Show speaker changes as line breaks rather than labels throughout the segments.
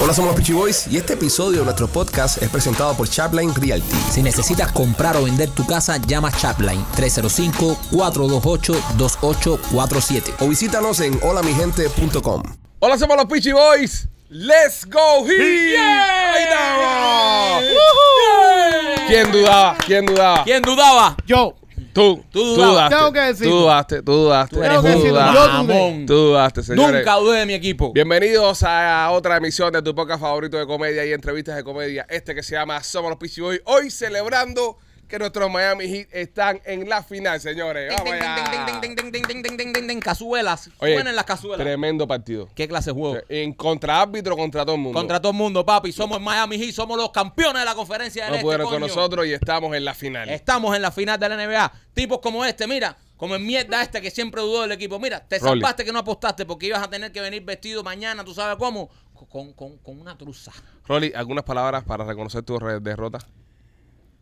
Hola, somos los Peachy Boys y este episodio de nuestro podcast es presentado por Chapline Realty.
Si necesitas comprar o vender tu casa, llama Chapline 305-428-2847.
O visítanos en holamigente.com.
Hola, somos los Peachy Boys. Let's go here. Ahí estamos. ¿Quién dudaba? ¿Quién dudaba?
¿Quién dudaba?
Yo.
Tú. Tú
dudabas.
dudaste.
Tengo que decirlo.
Tú dudaste. Tú dudaste. Tú
Tengo que decirlo.
dudaste.
Yo dudé.
Mamón.
Tú dudaste, señores.
Nunca dudé de mi equipo.
Bienvenidos a otra emisión de tu podcast favorito de comedia y entrevistas de comedia. Este que se llama Somos los Peachy Boys. Hoy celebrando que nuestros Miami Heat están en la final, señores.
Ding,
Vamos
ding,
allá.
ding, ding, ding, ding, ding, ding, ding, ding, ding, ding. Cazuelas.
Oye,
Suenan las cazuelas.
Tremendo partido.
¿Qué clase de juego?
En contra árbitro, contra todo el mundo.
Contra todo el mundo, papi. Somos en Miami Heat, somos los campeones de la conferencia del
no
Este,
pudieron con
coño. Eh.
nosotros y estamos en la final.
Estamos en la final de la NBA. Tipos como este, mira, como el mierda este que siempre dudó del equipo. Mira, te
Rolly.
salvaste que no apostaste porque ibas a tener que venir vestido mañana, tú sabes cómo, con, con- con una truza.
Rolly, algunas palabras para reconocer tu re- derrota.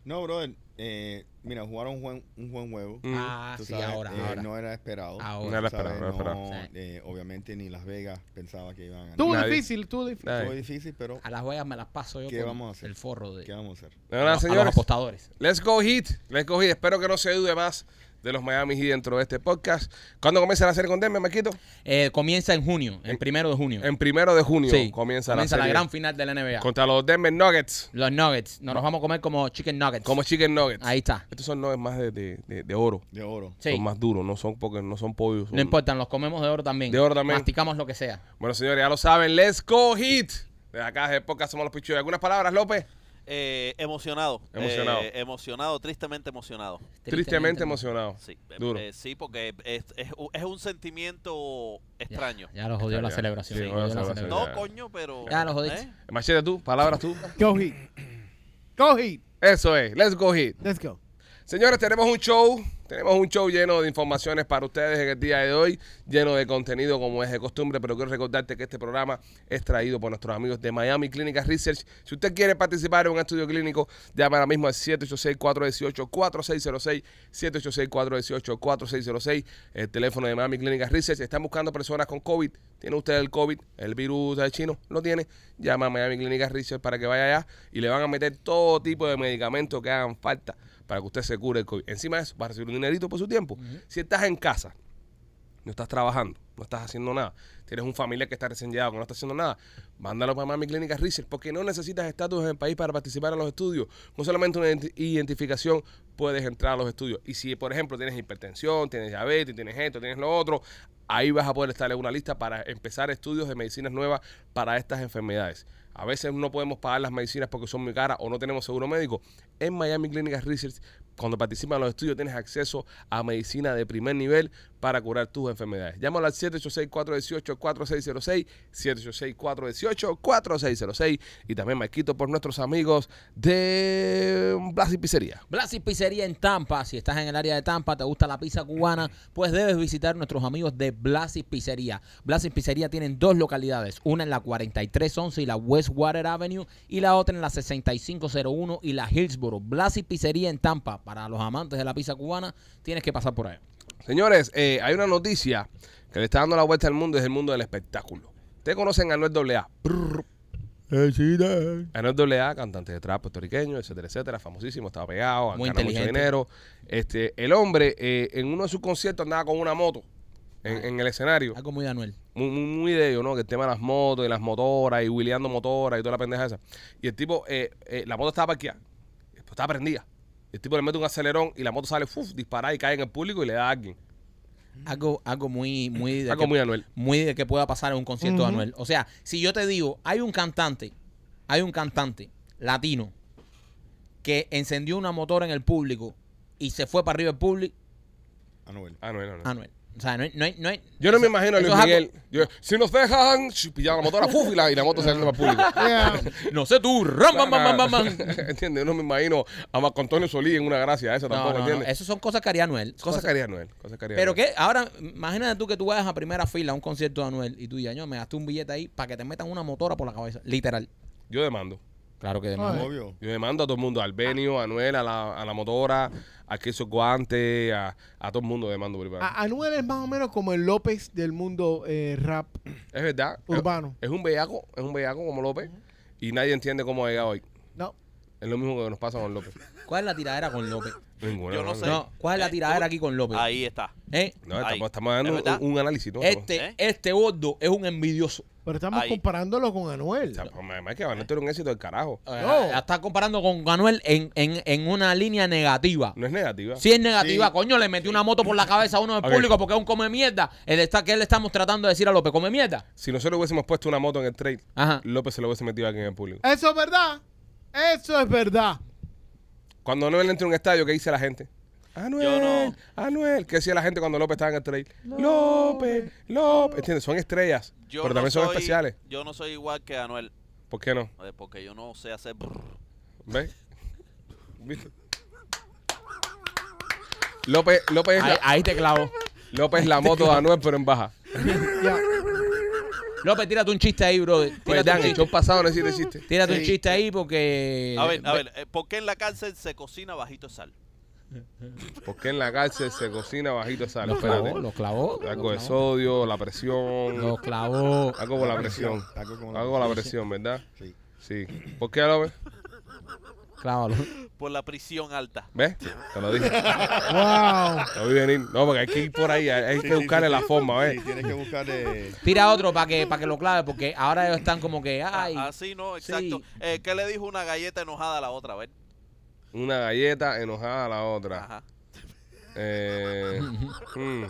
No, brother. Eh, mira, jugaron un buen, un buen juego.
Mm.
Ah,
Tú
sí,
sabes,
ahora,
eh,
ahora.
No era esperado.
Ahora.
No era
¿sabes?
esperado, no era
No,
esperado.
eh, obviamente ni Las Vegas pensaba que iban a ganar.
Estuvo
Nadie.
difícil, estuvo difícil.
Nadie.
Estuvo difícil, pero
A las vegas me las paso yo
¿Qué
con
vamos a hacer?
el forro de
¿qué vamos a hacer?
De verdad,
a los- a los
señores.
apostadores.
Let's go Heat. Let's go Heat. Espero que no se dude más de los Miami Heat dentro de este podcast. ¿Cuándo comienza la serie con Denver, Maquito?
Eh, comienza en junio,
Eh,
en primero de junio.
En primero de junio
Sí,
comienza,
comienza
la
la,
serie.
gran final de la NBA.
Contra los Denver Nuggets.
Los Nuggets. Nos los vamos a comer como chicken nuggets.
Como Chicken Nuggets.
Ahí está.
Estos son nuggets más de, de- de- de oro.
De oro.
Sí.
Son más duros. No son porque no son pollos. son-
No importa, los comemos de oro también.
De oro también.
Masticamos lo que sea.
Bueno, señores, ya lo saben. Let's go Heat. De acá de podcast somos los pichos. ¿Algunas palabras, López?
Eh, emocionado.
Emocionado.
Eh, emocionado, tristemente emocionado.
Tristemente emocionado.
Sí, eh,
Duro.
eh, sí, porque es, es u- es un sentimiento
Ya,
extraño.
Ya, los jodió la
Ya,
celebración.
sí,
jodió
jodió
la
la
celebración.
No,
Ya.
coño, pero. ¿eh?
Ya lo jodiste.
Machete tú, palabras tú.
Go Heat. Go Heat.
Eso es. Let's go Heat.
Let's go.
Señores, tenemos un show, tenemos un show lleno de informaciones para ustedes en el día de hoy, lleno de contenido como es de costumbre, pero quiero recordarte que este programa es traído por nuestros amigos de Miami Clinic Research. Si usted quiere participar en un estudio clínico, llama ahora mismo al 786-418-4606, 786-418-4606, el teléfono de Miami Clinic Research. Están buscando personas con COVID, tiene usted el COVID, el virus del chino, lo tiene, llama a Miami Clinic Research para que vaya allá y le van a meter todo tipo de medicamentos que hagan falta para que usted se cure el COVID. Encima de eso, va a recibir un dinerito por su tiempo. Si estás en casa, no estás trabajando, no estás haciendo nada, tienes un familiar que está recién llegado, que no está haciendo nada, mándalo para Miami Clínica Research porque no necesitas estatus en el país para participar en los estudios. Con solamente una identi- identificación puedes entrar a los estudios. Y si, por ejemplo, tienes hipertensión, tienes diabetes, tienes esto, tienes lo otro, ahí vas a poder estar en una lista para empezar estudios de medicinas nuevas para estas enfermedades. A veces no podemos pagar las medicinas porque son muy caras o no tenemos seguro médico. En Miami Clinic Research, cuando participas en los estudios, tienes acceso a medicina de primer nivel para curar tus enfermedades. Llámalo al 786-418-4606, 786-418-4606 y también me quito por nuestros amigos de Blas y Pizzería.
Blasis Pizzería en Tampa. Si estás en el área de Tampa, te gusta la pizza cubana, pues debes visitar nuestros amigos de Blasis Pizzería. Blasis Pizzería tienen dos localidades, una en la 4311 y la Westwater Avenue y la otra en la 6501 y la Hillsboro. Blasis Pizzería en Tampa. Para los amantes de la pizza cubana, tienes que pasar por ahí.
Señores, eh, hay una noticia que le está dando la vuelta al mundo, es el mundo del espectáculo. Ustedes conocen a Anuel AA. Prrr. Anuel AA, cantante de trap puertorriqueño, etcétera, etcétera, famosísimo, estaba pegado,
Muy
ganaba mucho
inteligente.
dinero. Este, el hombre eh, en uno de sus conciertos andaba con una moto en, en el escenario.
Ah. Algo muy de Anuel.
Muy, muy, muy de ellos, ¿no? Que el tema de las motos y las motoras y wheeleando motoras y toda la pendeja esa. Y el tipo, eh, eh, la moto estaba parqueada, pues, estaba prendida. El tipo le mete un acelerón y la moto sale, ¡fuf! disparada y cae en el público y le da a alguien.
Algo, algo muy, muy de
Algo
que-
muy Anuel.
muy de que pueda pasar en un concierto de Anuel. O sea, si yo te digo, hay un cantante, hay un cantante latino que encendió una motora en el público y se fue para arriba el público,
Anuel.
Anuel, Anuel.
Anuel. O sea, no hay, no hay- no hay-
Yo no me
Ah. eso-
imagino a
eso
Luis
es algo-
Miguel. Yo, si nos dejan, sh, pillaba la motora ¡fuf! y la, y la moto saliendo para el público.
Yeah.
No sé tú, ram, bam, bam, bam, bam.
¿Entiendes? Yo no me imagino a Marco Antonio Solís en una gracia esa
No,
tampoco,
no, no,
¿entiendes?
Eso son cosas que haría Anuel.
Cosas
Cosas-
que haría Anuel. Cosas que haría
Pero
Anuel.
que ahora, imagínate tú que tú vayas a primera fila a un concierto de Anuel y tú digas, yo me gasté un billete ahí para que te metan una motora por la cabeza. Literal.
Yo demando.
Claro que
Ay.
demanda.
Obvio.
Yo le mando a todo el mundo, al Benio, a Anuel, a la, a la motora, a Queso Guante, a, a todo el mundo le mando. Buripan.
Ah.
A- Anuel es más o menos como el López del mundo eh, rap.
Es verdad.
Urbano.
Es, es un bellaco, es un bellaco como López. Y nadie entiende cómo ha llegado hoy.
No.
Es lo mismo que nos pasa con López.
¿Cuál es la tiradera con López?
Ninguna
Yo no
razón.
sé.
No, ¿cuál es la
Eh,
tiradera aquí con López?
Ahí está.
¿Eh?
No,
Ay,
estamos, estamos dando
es verdad.
un, un análisis, ¿no?
Este,
¿Eh?
este gordo es un envidioso.
Pero estamos
Ahí.
comparándolo con Anuel.
O sea, pues, Además que
Ah.
Vanessa era un éxito del carajo.
Eh,
No.
La está comparando con Manuel en, en- en una línea negativa.
No es negativa.
Si es negativa,
Sí.
coño, le metió una moto por la cabeza a uno del
Ok.
público porque es un come mierda. Él está, ¿Qué le estamos tratando de decir a López? ¿Come mierda?
Si nosotros hubiésemos puesto una moto en el trade,
Ah.
Ajá.
López se lo hubiese metido aquí en el público.
Eso es verdad. Eso es verdad.
Cuando Anuel entra a un estadio, ¿qué dice la gente? Anuel,
no.
Anuel. ¿Qué decía la gente cuando López estaba en el trade? López, López. ¿Entiendes? Son estrellas,
Yo
pero
no
también son
soy-
especiales.
Yo no soy igual que Anuel,
¿Por qué no?
eh, porque yo no sé hacer. brrr.
¿Ves? ¿Viste? López, López, es
Ahí,
la,
ahí te clavo.
López es la moto de Anuel, pero en baja.
Ya.
López, tírate un chiste ahí, brother. Tírate
Pues,
un
Dan,
chiste.
el show pasado no existe chiste.
Tírate un
Sí.
chiste ahí porque.
A ver, a ver, eh, ¿por qué en la cárcel se cocina bajito de sal?
Porque en la cárcel se cocina bajito sal.
Lo
Espérate.
clavó, lo clavó.
Algo de
lo clavó.
sodio, la presión.
Lo clavó.
Algo con la presión.
Algo con la
Algo con la presión, ¿verdad?
Sí.
Sí. ¿Por qué, López?
Clávalo.
Por la prisión alta.
¿Ves? Te lo dije.
Wow.
Lo vi venir. No, porque hay que ir por ahí. Hay hay que buscarle la forma,
Sí,
¿ves?
tienes que buscarle.
Tira otro para que, pa' que lo clave porque ahora ellos están como que.
Ah,
Ay.
Así no, exacto.
Sí.
Eh, ¿Qué le dijo una galleta enojada a la otra? A ver.
Una galleta enojada a la otra.
Ajá.
Eh, mm,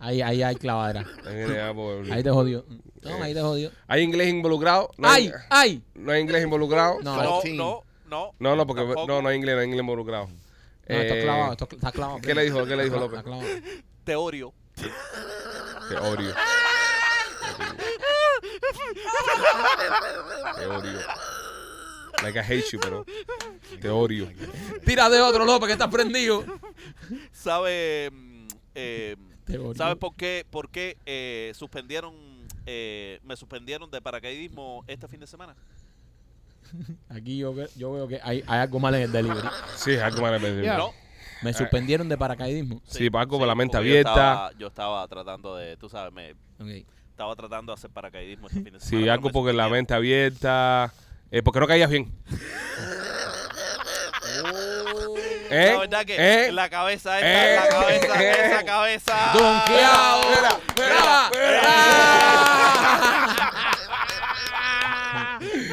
Ahí, ahí hay clavadera.
ahí viene ya por-
Ahí te jodió. No, ahí te jodió.
¿Hay inglés involucrado? No hay-
¡Ay! ¡Ay!
¿No hay inglés involucrado?
No.
No,
Fourteen.
no, no.
No, no, porque
Tampoco.
no, no hay inglés, no hay inglés involucrado.
No, está
Eh,
clavado, esto está clavado.
¿Qué le dijo? ¿Qué le dijo López?
Está clavado.
Te odio.
Qué odio. Te odio. Like I hate you, pero te odio.
Tira de otro, López, que estás prendido.
¿Sabe, mm, eh,
Te odio.
¿sabe por qué, por qué eh, suspendieron, eh, me suspendieron de paracaidismo este fin de semana?
Aquí yo, ve- yo veo que hay, hay algo mal en el delivery.
Sí, algo mal
Ya.
No.
Me suspendieron de paracaidismo.
Sí, Paco, con la mente
porque
abierta.
Yo estaba, yo estaba tratando de, tú sabes, me
Ok.
estaba tratando de hacer paracaidismo este fin de semana.
Sí,
pero
algo
me
porque la
suspendieron.
mente abierta. eh, porque no caías bien. ¿Eh?
Oh. La verdad que
¿Eh?
la cabeza
¿Eh?
esa, la cabeza,
¿Eh?
esa cabeza.
¡Donkeado!
Espera, espera, espera.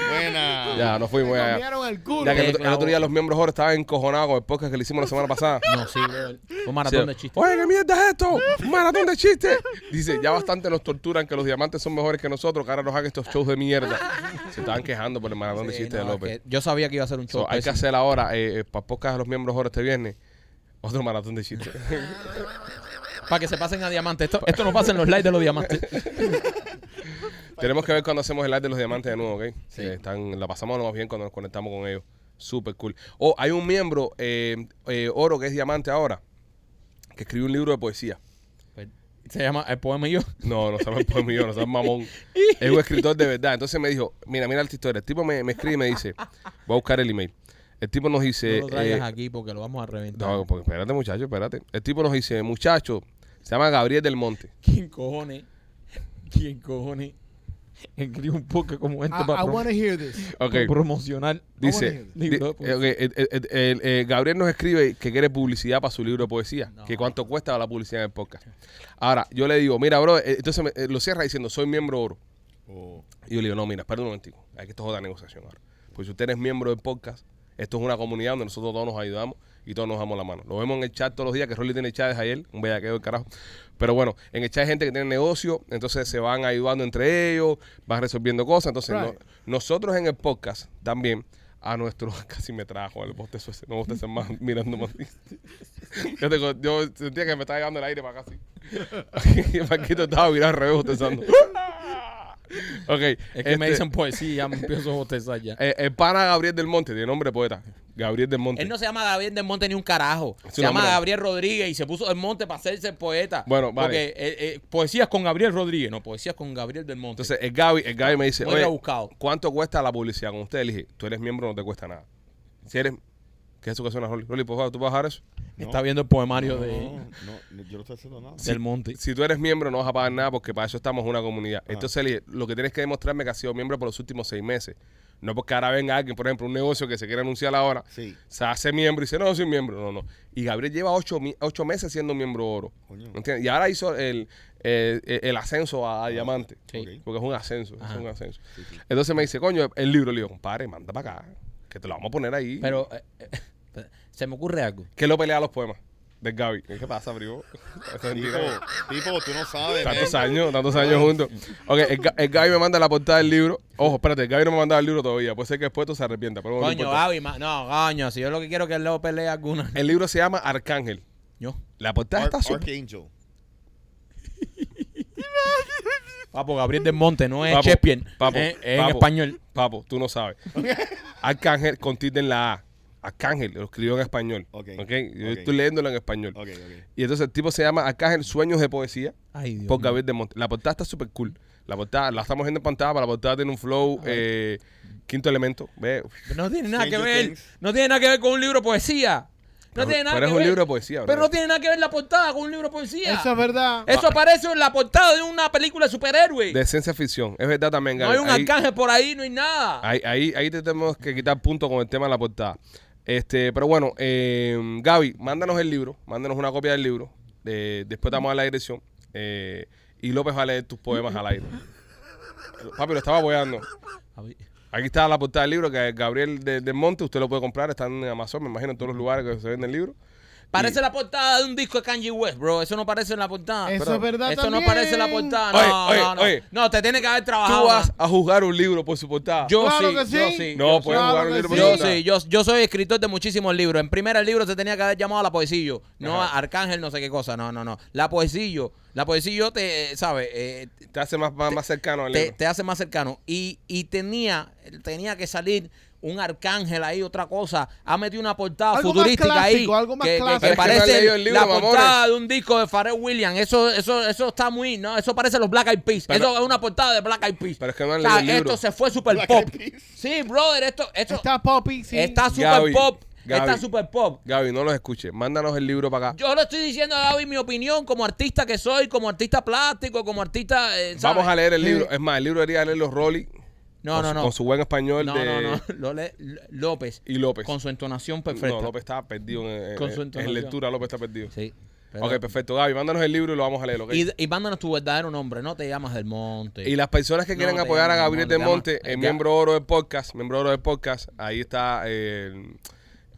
Buena.
Ya, nos fuimos
Me
ya. ya.
cambiaron el culo.
Ya que el,
Te
otro- el otro día los miembros ahora estaban encojonados con el podcast que le hicimos la semana pasada.
No, sí, brother. Fue maratón
Sí.
de chistes.
Oye, ¿qué mierda es esto? Un maratón de chistes. Dice, ya bastante nos torturan que los diamantes son mejores que nosotros, que ahora nos hagan estos shows de mierda. Se estaban quejando por el maratón de
Sí,
chistes
no,
de
es
López.
que Yo sabía que iba a ser un
So,
show.
hay que
pésimo.
hacer ahora, eh, eh, para podcast de los miembros ahora este viernes, otro maratón de chistes.
Para que se pasen a diamante. Esto, esto no pasa en los likes de los diamantes.
Tenemos que ver cuando hacemos el live de los diamantes de nuevo, ¿ok? Eh, están, la pasamos lo más bien cuando nos conectamos con ellos. Súper cool. Oh, hay un miembro, eh, eh, Oro, que es diamante ahora, que escribió un libro de poesía.
Pues, Se llama El Poema y yo.
No, no sabes por mí, yo, no sabes mamón. Es un escritor de verdad. Entonces me dijo, mira, mira esta historia. El tipo me, me escribe y me dice, voy a buscar el email. El tipo nos dice...
no lo traigas
eh,
aquí porque lo vamos a reventar.
no, porque espérate, muchacho, espérate. El tipo nos dice, muchacho, se llama Gabriel del Monte.
¿Quién cojones? ¿Quién cojones? Escribe un poco como este
I,
para
I wanna hear this.
Ok.
promocionar.
Dice,
Vamos
a leer.
di- eh, ok, eh, eh, eh, eh, eh, Gabriel nos escribe que quiere publicidad para su libro de poesía,
No.
que cuánto cuesta la publicidad en el podcast. Ahora, yo le digo, mira, bro, eh, entonces me- eh, lo cierra diciendo, soy miembro oro.
Oh.
Y yo le digo, no, mira, espera un momentico. Hay que esto es otra negociación ahora. Pues si usted es miembro del podcast, esto es una comunidad donde nosotros todos nos ayudamos y todos nos damos la mano. Lo vemos en el chat todos los días, que Rolly tiene chat desde ayer, un bellaqueo del carajo. Pero bueno, en el chat hay gente que tiene negocio, entonces se van ayudando entre ellos, van resolviendo cosas. Entonces, no-
Right.
nosotros en el podcast también, a nuestros, casi me trajo el bostezo ese, no bostezo más mirando más. Yo, tengo- yo sentía que me estaba llegando el aire para acá así. Marquito estaba mirando al revés bostezando. este- ok.
Es que me
este,
dicen poesía y ya me empiezo a bostezar ya.
eh, el pana Gabriel del Monte, tiene nombre de poeta. Ga- Gabriel del Monte.
Él no se llama Gabriel del Monte ni un carajo.
Es
Se
un
llama
hombre.
Gabriel Rodríguez y se puso del Monte para hacerse poeta.
Bueno, vale.
Porque eh, eh, poesías con Gabriel Rodríguez, no poesías con Gabriel del Monte.
Entonces, el Gaby, el Gaby me dice,
Muy
oye,
rebuscado.
¿cuánto cuesta la publicidad? Con usted le dije, tú eres miembro, no te cuesta nada. Si eres... ¿Qué es eso que suena, Rolly? Rolly, por favor, ¿tú vas a bajar eso?
Está viendo el poemario
no,
de,
no, yo no estoy haciendo nada.
del Monte.
Si tú eres miembro, no vas a pagar nada porque para eso estamos una comunidad. Entonces, le dije, lo que tienes que demostrarme es que has sido miembro por los últimos seis meses. No porque ahora venga alguien, por ejemplo, un negocio que se quiere anunciar ahora,
Sí.
se hace miembro y dice, no, soy miembro. No, no. Y Gabriel lleva ocho, mi- ocho meses siendo miembro oro.
Coño.
¿Entiendes? Y ahora hizo el, el, el ascenso a, a diamante.
Sí.
Porque es un ascenso, es
Ajá.
un ascenso.
Sí, sí.
Entonces me dice, coño, el libro. Le digo, compadre, manda para acá, que te lo vamos a poner ahí.
Pero eh, eh, se me ocurre algo.
que lo pelea los poemas de Gaby. ¿Qué pasa, primo?
Tipo, tipo, tú no sabes.
Tantos
men.
años, tantos años juntos. Ok, el, Ga- el Gaby me manda la portada del libro. Ojo, espérate, el Gaby no me ha mandado el libro todavía. Puede ser que después esto se arrepienta, pero no
Coño, ah.
importa.
Gaby, ma- no, coño, si yo lo que quiero es que él lo pelee alguna.
El libro se llama Arcángel.
Yo.
La portada
Ar-
está súper.
Archangel.
Papo, Gabriel del Monte, no es
Papo,
Shakespeare.
papo,
es, es Eh, en
papo.
español.
Papo, tú no sabes. Arcángel con tilde en la A. Arcángel, lo escribió en español.
Ok.
Ok. Yo
Ok.
estoy leyéndolo en español.
Ok, ok.
Y entonces el tipo se llama Arcángel Sueños de Poesía.
Ay, Dios.
por
mío.
Gabriel de Monte. La portada está súper cool. La portada, la estamos viendo en pantalla, pero la portada tiene un flow, eh, quinto elemento. Ve.
No tiene nada que
Stranger
ver.
Things.
No tiene nada que ver con un libro de poesía. No
Pero-
tiene nada
pero
que
es un
ver.
libro de poesía, bro.
Pero no tiene nada que ver la portada con un libro de poesía.
Eso es verdad.
Eso aparece en la portada de una película de superhéroes.
Ah. De ciencia ficción. Es verdad también,
no
Gaby.
hay un
Ahí-
arcángel por ahí, no hay nada.
Ahí, ahí, ahí te tenemos que quitar punto con el tema de la portada. Este, pero bueno, eh, Gaby, mándanos el libro, mándanos una copia del libro. eh, después te vamos a dar la dirección. eh, y López va a leer tus poemas al aire. Papi, lo estaba apoyando.
Gaby.
Aquí está la portada del libro que Gabriel de- del Monte, usted lo puede comprar, está en Amazon, me imagino, en todos los lugares que se vende el libro.
Parece la portada de un disco de Kanye West, bro. Eso no aparece en la portada.
Eso
Bro,
es verdad
Eso
también.
no aparece en la portada. No,
Oye, oye,
no, no.
oye.
No, te tiene que haber trabajado.
Tú vas
más.
a juzgar un libro por su portada.
Yo
Claro
sí,
que sí.
yo sí.
no,
yo
puedes
sí.
jugar un libro por su
Yo
portada.
sí, yo, yo soy escritor de muchísimos libros. En primer libro se tenía que haber llamado a la poesillo, no
Ajá.
a Arcángel, no sé qué cosa. No, no, no. La poesillo, la poesillo te, eh, ¿sabes? Eh,
Te hace más, más, más cercano al
te,
libro.
te hace más cercano. Y, y tenía, tenía que salir un arcángel ahí, otra cosa. Ha metido una portada
Algo más
futurística
clásico,
ahí.
algo más
que, que-
clásico.
que
Pero es
que no has
parece
leído el libro,
la
mamones.
portada de un disco de Pharrell Williams. Eso, eso, eso está muy. No, eso parece los Black Eyed Peas.
Pero
eso
no-
es una portada de Black Eyed Peas.
Pero es que no han
O sea,
leído el libro.
Esto se fue super
Black
pop.
Eyed Peas.
Sí, brother, esto, esto
Está Poppy, sí.
está super
Gaby,
pop.
Gaby.
Está super pop.
Gaby, no los escuches. Mándanos el libro para acá.
Yo le estoy diciendo a Gaby mi opinión como artista que soy, como artista plástico, como artista. eh, ¿sabes?
Vamos a leer el
Sí.
libro. Es más, el libro debería leerlo Rolly.
No,
con
no,
su-
no.
Con su buen español
No,
de...
no, no. Lo lee L- López.
y López.
Con su entonación perfecta.
no, López está perdido en, en-
Con su
en
entonación.
lectura. López está perdido.
Sí. pero-
ok, perfecto. Gaby, mándanos el libro y lo vamos a leer. ¿ok? Y,
y, y mándanos tu verdadero nombre. No te llamas Del Monte.
las personas que
No,
quieran
te
apoyar a
llamas,
Gabriel
no,
del
te
Monte,
llamas-
el
ya.
miembro oro del podcast, miembro oro del podcast, ahí está eh,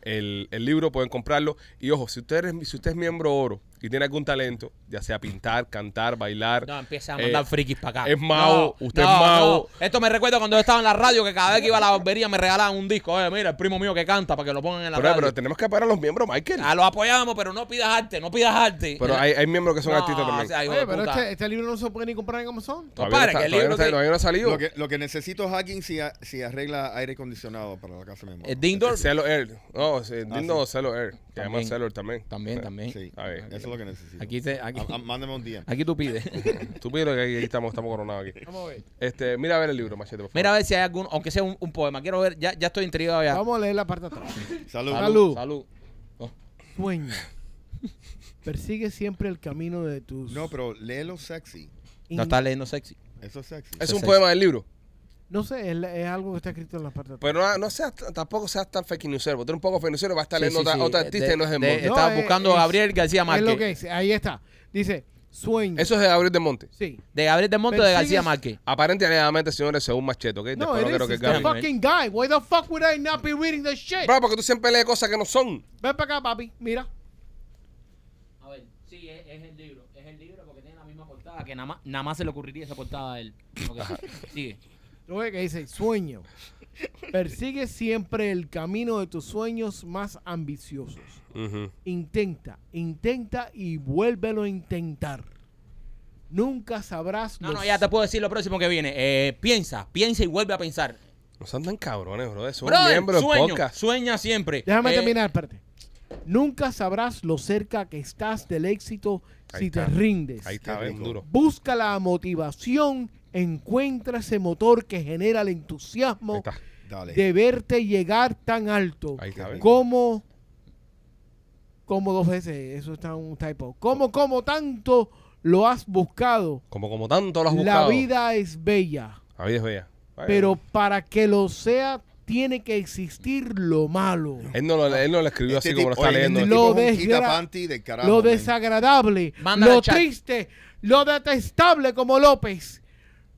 el, el libro, pueden comprarlo. Y ojo, si usted, es, si usted es miembro oro y tiene algún talento, ya sea pintar, cantar, bailar...
No, empieza a
eh,
mandar frikis para acá.
es mago,
No,
usted
no,
es mago.
no. Esto me recuerda cuando yo estaba en la radio que cada vez que iba a la barbería me regalaban un disco. Oye, mira, el primo mío que canta para que lo pongan en la
pero,
radio.
pero tenemos que apoyar a los miembros, Michael.
Ah, lo apoyamos, pero no pidas arte, no pidas arte.
Pero hay, hay miembros que son
No,
artistas también.
o sea, hijo
Oye,
de
pero
puta.
este, este libro no se puede ni comprar en Amazon.
Todavía
Compadre,
no
que
está-
el
todavía no
libro
está-
que-
todavía no ha salido.
Lo que, lo que necesito es alguien si, a- si arregla aire acondicionado para la casa de mi mamá.
El Ding Dong.
Celo Air. No, se- Dindo Celo Air. Que
También.
llama Celo Air también.
También, también.
Sí,
A ver.
eso es lo que necesito.
Aquí, te, aquí,
Ah,
A- a- mándame un día.
aquí tú pides.
Tú pides lo que ahí estamos, estamos coronados aquí.
Vamos a ver.
Este, mira a ver el libro, Machete, por favor.
Mira a ver si hay algún, aunque sea un, un poema. Quiero ver, ya, ya estoy intrigado ya.
Vamos a leer la parte de atrás.
Salud.
Salud.
Salud.
Sueña. Persigue siempre el camino de tus.
No, pero léelo sexy.
in-
No está leyendo sexy.
Eso es sexy.
Es un
Sí.
poema del libro.
No sé, es, la- es algo que está escrito en la parte de atrás.
Pero no, no seas, t- tampoco seas tan fake newsero. Porque tú eres un poco fake newsero, vas a estar
Sí,
leyendo
sí,
otra,
sí.
otra artista
De-
y no es del
de-
monte.
estaba
No, eh, es-
buscando a Gabriel García
Es lo
Márquez.
que dice, ahí está. Dice, sueña.
Eso es de Gabriel del Monte.
Sí.
De Gabriel del Monte o de
Persigues-
García Márquez.
Aparente y alegadamente, señores, según Machete, ¿ok?
No,
Después no
it
quiero
is.
que
It's the
cambie.
man.
fucking guy. Why the fuck would I not be reading this shit?
Bro, porque tú siempre lees cosas que no son.
Ven para acá, papi. Mira.
A ver, sí, es, el libro. Es el libro porque tiene la misma portada. Que nada más, nada más se le ocurriría esa portada a él. Sigue.
Lo que dice, sueño. Persigue siempre el camino de tus sueños más ambiciosos.
Ujú.
Intenta, intenta y vuélvelo a intentar. Nunca sabrás
No,
los-
no, ya te puedo decir lo próximo que viene. Eh, piensa, piensa y vuelve a pensar.
No son tan cabrones, bro. Son
Brother,
miembros del
sueño,
podcast.
sueña siempre.
Déjame
Eh,
terminar, espérate. Nunca sabrás lo cerca que estás del éxito
Ahí
si
está.
te rindes.
Ahí está,
Qué
ven,
rico.
duro.
Busca la motivación, encuentra ese motor que genera el
Ahí
entusiasmo
está.
Dale.
de verte llegar tan alto
Ahí está, ven.
como como dos veces, eso está un typo. Como como tanto lo has buscado.
Como, como tanto lo has buscado.
La vida es bella,
La vida es bella. Ay,
pero para que lo sea tiene que existir lo malo,
Él no, lo, él no lo escribió
Este
así como lo
tipo-
está
oye,
leyendo.
este
Lo
tipo es un
desgra-
quitapanti del carajo,
lo
man.
desagradable,
Manda al
lo
chat.
triste, lo detestable como López.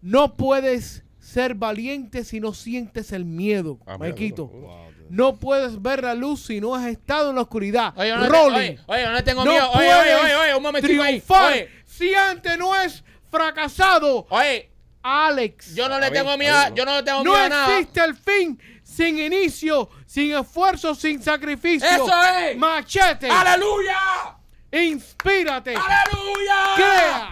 No puedes ser valiente si no sientes el miedo,
Ah, mira,
Maikito.
duro,
Wow, dude.
No puedes ver la luz si no has estado en la oscuridad.
Oye, yo no, te-
Rolling.
oye, oye, yo no tengo
no
miedo. Oye,
puedes
oye, oye, oye, un momentico ahí.
triunfar
Oye,
si antes no es fracasado.
oye,
Alex,
yo no
Está
le
bien,
tengo
está
miedo,
bien,
yo no le tengo
no
miedo a nada.
existe el fin sin inicio, sin esfuerzo, sin sacrificio.
¡Eso es!
Machete,
¡Aleluya!
inspírate,
¡Aleluya!
crea,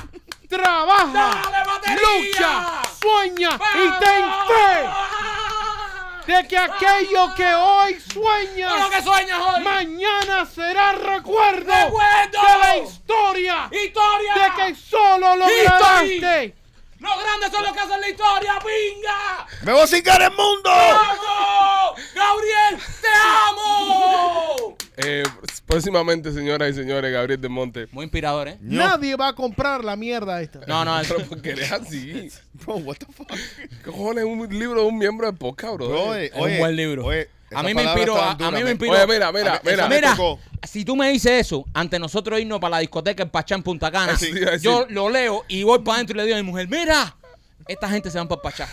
trabaja,
Ah. ¡Dale, batería!
lucha, sueña y ten
¡Vamos!
fe de que aquello que hoy
¡Con lo que
sueñas,
sueñas hoy!
mañana será recuerdo
¡Recuerdo!
de la historia.
¡Historia!
de que solo lograste.
¡Los grandes son los que hacen la historia, pinga!
¡Me voy a cingar el mundo!
¡Vamos! ¡Gabriel, te amo!
Eh, próximamente, señoras y señores, Gabriel Del Monte.
Muy inspirador, ¿eh?
Nadie va a comprar la mierda esta.
No,
Ah,
no, eso-
Pero porque eres así.
Bro, what the fuck?
¿Qué cojones? Un libro de un miembro del podcast, bro.
Bro, eh,
Es un buen libro.
oye,
a
esas
mí me
palabras
inspiró, a,
estaban
a
duras,
mí me
man.
inspiró.
Oye, mira, mira,
A mí-
mira.
esa me
Mira,
tocó.
si tú me dices eso, ante nosotros irnos para la discoteca en Pachá en Punta Cana,
Así, así.
yo lo leo y voy para adentro y le digo a mi mujer, mira, esta gente se van para Pachá.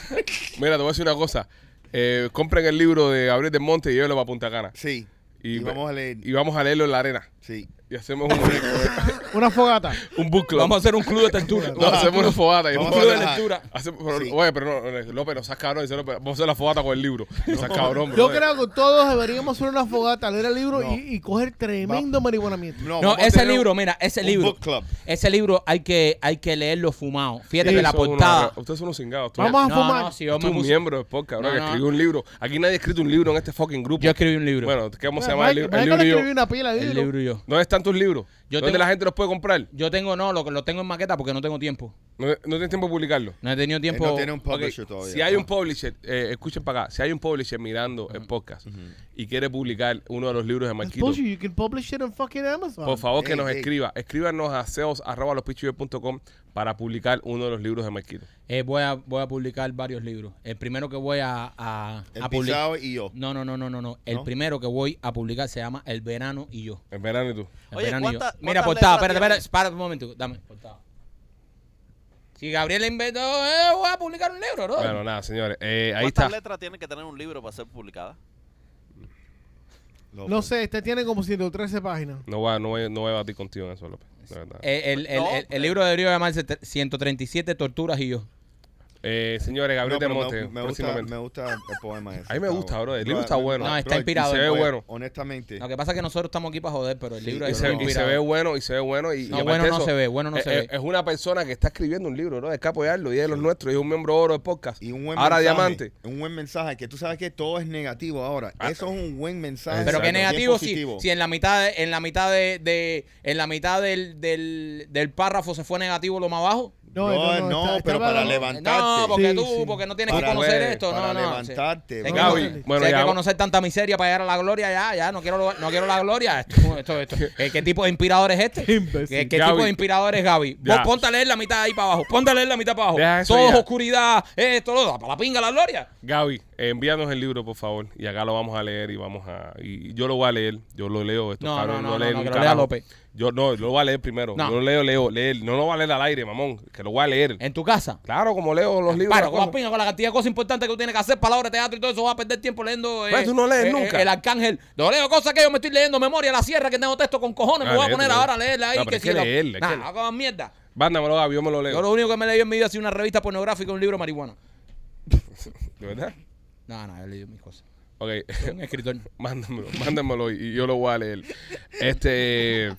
Mira, te voy a decir una cosa. Eh, compren el libro de Gabriel Del Monte y llévelo para Punta Cana.
Sí.
Y
Y,
ve-
vamos a leer.
Y vamos a leerlo en la arena.
Sí.
Y hacemos un,
Una fogata.
un book club.
Vamos a hacer un club de textura.
No, hacemos una fogata. y
Vamos
un
a
club de
relajar.
lectura. Hacemos- pero-
Sí.
Oye, pero no, López, no seas cabrón. Dice López, vamos a hacer la fogata con el libro. No seas cabrón,
Yo
bro.
creo que todos deberíamos hacer una fogata, leer el libro
No.
y, y coger tremendo marihuanamiento.
No,
vamos a
ese
tener
libro,
un-
mira, ese
un
libro.
book club.
Ese libro hay que, hay que leerlo fumado.
Ustedes
Fíjate que Este, la
son unos
portada.
arre- ustedes son unos cingados. tú.
Vamos a
No,
fumar.
no, si yo
Tú
me
eres un
puse-
miembro del podcast, bro,
No,
que
no.
escribió un libro. Aquí nadie ha escrito un libro en este fucking grupo.
Yo escribí un libro.
Bueno, ¿qué vamos a
Mira,
llamar el,
Michael-
libro? el
Michael
libro y yo?
escribió una pila de
el
libro.
libro y yo.
¿Dónde están tus libros?
Yo
¿Dónde
tengo-
la gente los puede comprar?
Yo tengo, no, lo que lo tengo en maqueta porque no tengo tiempo.
No, no tienes tiempo de publicarlo.
No he tenido
Él
tiempo.
no tiene un publisher
Ok,
todavía.
Si hay
¿no?
un publisher, eh, escuchen para acá, si hay un publisher mirando el podcast y quiere publicar uno de los libros de
It's
Marquito,
bullshit, you can publish it on fucking Amazon.
por favor que
Ey,
nos
ey.
escriba. Escríbanos a seos.com para publicar uno de los libros de Marquito.
Eh, voy, a, voy a publicar varios libros. El primero que voy a, a,
El
a publicar.
Pisao y yo.
No, no, no, no, no, no. El
¿No?
primero que voy a publicar se llama El Verano y yo.
En verano y tú.
El
Oye,
Verano y yo.
¿cuántas-
Mira,
cuántas
portada,
letras
espérate,
tiene?
espérate, espérate un momento. Dame, portada. Si Gabriel inventó, eh, voy a publicar un
Oh.
libro, ¿no?
Bueno, nada, señores. eh, ahí
¿Cuántas
está.
letras tiene que tener un libro para ser publicada?
No sé, este tiene como 113 páginas.
No voy, a- no, voy, no voy a batir contigo en eso, López. de verdad.
Eh, el, el-
No,
el- el
pero-
libro debería llamarse te- 137 Torturas y yo.
Eh, señores,
No,
Gabriel
pero
Del Monte,
me, me gusta,
próximamente.
me gusta el poema ese.
A mí me
está
gusta, bro. El libro está bueno.
No, está inspirado. pues.
Y se ve
Oye,
bueno.
Honestamente.
Lo que pasa es que nosotros estamos aquí para joder, pero el
Sí,
libro
y
es
se-
no.
y se
inspirado.
ve bueno, y se ve bueno. Y, y
No,
aparte
bueno no
eso,
se ve, bueno no
es,
se ve.
Es una persona que está escribiendo un libro, ¿no? Hay que apoyarlo. Y es de los nuestros. Y es un miembro oro del podcast.
Y un buen
Ahora
mensaje,
diamante.
Un buen mensaje, que tú sabes que todo es negativo ahora.
Ah.
Eso es un buen mensaje.
Pero qué
Exacto.
bien
negativo si,
positivo.
si en la mitad de, en la mitad de, de- en la mitad del, del, del párrafo se fue negativo lo más bajo.
No,
No,
no,
no,
está-
pero
está
para
bárbaro.
levantar-
No, porque
Sí,
tú,
sí.
porque no tienes que
Para
conocer
ver,
esto,
para
no, no.
levantarte,
sí. Hay
bro.
que-
Gaby,
sí,
bueno,
hay
ya-
que conocer tanta miseria para llegar a la gloria, ya, ya, no quiero, lo- no quiero la gloria. Esto, esto, esto. Eh, ¿Qué tipo de inspirador es este?
Imbécil.
¿Qué, qué
Gaby.
tipo de inspirador es Gaby?
Ya.
Vos ponte a leer la mitad ahí para abajo, ponte a leer la mitad para
Deja
abajo.
eso
Todo es
ya.
oscuridad, esto, lo da para la pinga la gloria.
Gaby, envíanos el libro, por favor. Y acá lo vamos a leer y vamos a. Y yo lo voy a leer. Yo lo leo. Estos
No,
cabrones
no, no,
leen
no,
un
que lo lea
carajo.
López.
Yo no, lo voy a leer primero.
No.
Yo lo leo, leo, leer. No lo voy a leer al aire, mamón. Que lo voy a leer.
En tu casa.
Claro, como leo los libros.
Eh, Para,
las
con la
cosas.
pinga, con la cantidad de cosas importantes que tú tienes que hacer, palabras, teatro y todo eso, vas a perder tiempo leyendo. eh,
Pues, tú no lees nunca.
El arcángel. No leo cosas que yo me estoy leyendo, memoria, la sierra, que tengo texto con cojones.
Ah,
me voy a
léete,
poner
léete.
ahora a leerla ahí.
No, pero hay que
si la-
leerla, hay
Nah,
que leer-
hagan mierda.
Vándamelo, Gaby, yo me lo
Yo
leo.
lo único que me leí en mi vida ha sido una revista pornográfica y un libro de marihuana.
¿De verdad?
No, no, he leído mis cosas.
Ok.
Soy Un escritor.
Mándamelo, mándamelo y y yo lo voy a leer. Este.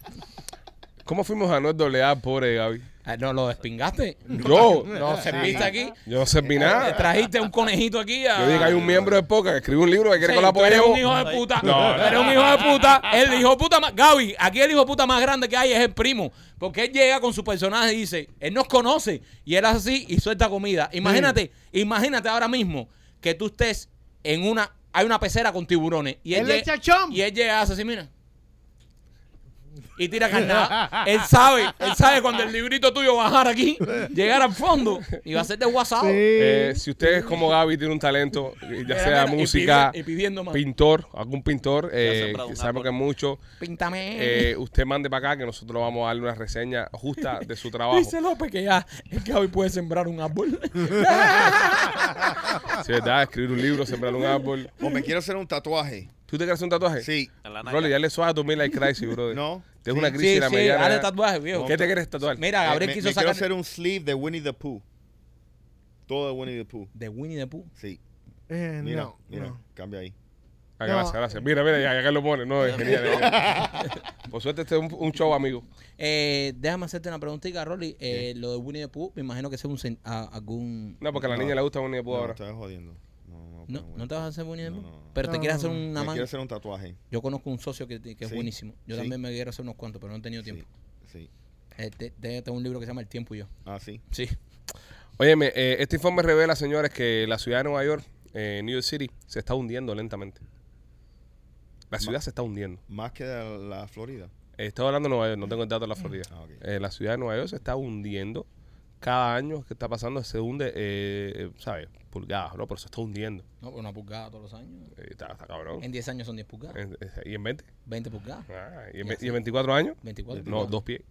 ¿Cómo fuimos a no doble A, pobre Gaby?
Ah, No, lo despingaste.
Yo,
No, serviste aquí.
yo no serví
Te
nada.
Trajiste un conejito aquí a.
Yo dije que hay un miembro de poca que escribe un libro que quiere
Sí,
que lo
tú eres un
apoyemos.
hijo de puta.
No, no.
Eres un hijo de puta. El hijo de puta más. Gaby, aquí el hijo de puta más grande que hay es el primo. Porque él llega con su personaje y dice, él nos conoce. Y él hace así y suelta comida. Imagínate, imagínate ahora mismo que tú estés en una. Hay una pecera con tiburones. Y él,
Él le
llega-
echa chom.
y él llega y hace así, mira. Y tira carnada. Él sabe, él sabe cuando el librito tuyo bajara aquí, llegar al fondo y va a ser de WhatsApp.
Eh, si ustedes como Gaby tienen un talento, eh, ya
Mira,
sea
mira, y
música,
pide- y pidiendo más.
pintor, algún pintor, eh,
sembrado
que
un
sabemos
árbol.
que es mucho,
Píntame.
eh, usted mande para acá que nosotros vamos a darle una reseña justa de su trabajo.
Dice López que ya el Gaby puede sembrar un árbol.
Si es verdad, escribir un libro, sembrar un árbol.
O me quiero hacer un tatuaje.
¿Tú te quieres hacer un tatuaje?
Sí.
En la
Rolly,
nalga.
dale suave a tu midlife crisis, brother.
No.
Tienes una
Sí,
crisis en la mediana.
dale tatuaje, viejo.
¿Qué te quieres tatuar?
Mira, Gabriel
Eh, me,
quiso
me
sacar
quiero hacer un sleeve de Winnie the Pooh. Todo de Winnie the Pooh.
de Winnie the Pooh.
Sí.
Eh,
Mira,
no,
mira,
no.
cambia ahí.
Ah,
No.
Gracias, gracias. Mira, mira, ya, ya que lo pone. No, es genial. es genial. Por suerte, este es un, un show, amigo.
Eh, déjame hacerte una preguntita, Rolly. Eh, Lo de Winnie the Pooh, me imagino que sea un sen- a- algún.
No, porque a la niña le gusta un niño
No,
ahora.
estás jodiendo. No, no,
No,
bueno.
no te vas a hacer Winnie the Pooh.
No, no, no.
Pero te
No,
quieres
no,
hacer
no.
una
Me
manga.
quiero hacer un tatuaje.
Yo conozco un socio que, que es
Sí,
buenísimo. Yo
sí.
también me quiero hacer unos cuantos, pero no he tenido tiempo.
Sí. sí.
Eh, te- te- tengo un libro que se llama El tiempo y yo.
Ah, sí.
Sí.
Óyeme, eh, este informe revela, señores, que la ciudad de Nueva York, eh, New York City, se está hundiendo lentamente. La ciudad se está hundiendo.
Más que la, la Florida.
Eh, Estaba hablando de Nueva York, no tengo el dato de la Florida.
Ah, ok.
Eh, la ciudad de Nueva York se está hundiendo. Cada año que está pasando se hunde, eh, eh, ¿sabes? Pulgadas, ¿no? Pero se está hundiendo.
No, pero una pulgada todos los años.
Eh, está, está cabrón.
En 10 años son 10 pulgadas.
En- eh, ¿Y en 20?
20 pulgadas.
Ah, ¿y, en, ve- y en 24 años?
24.
No, dos pies.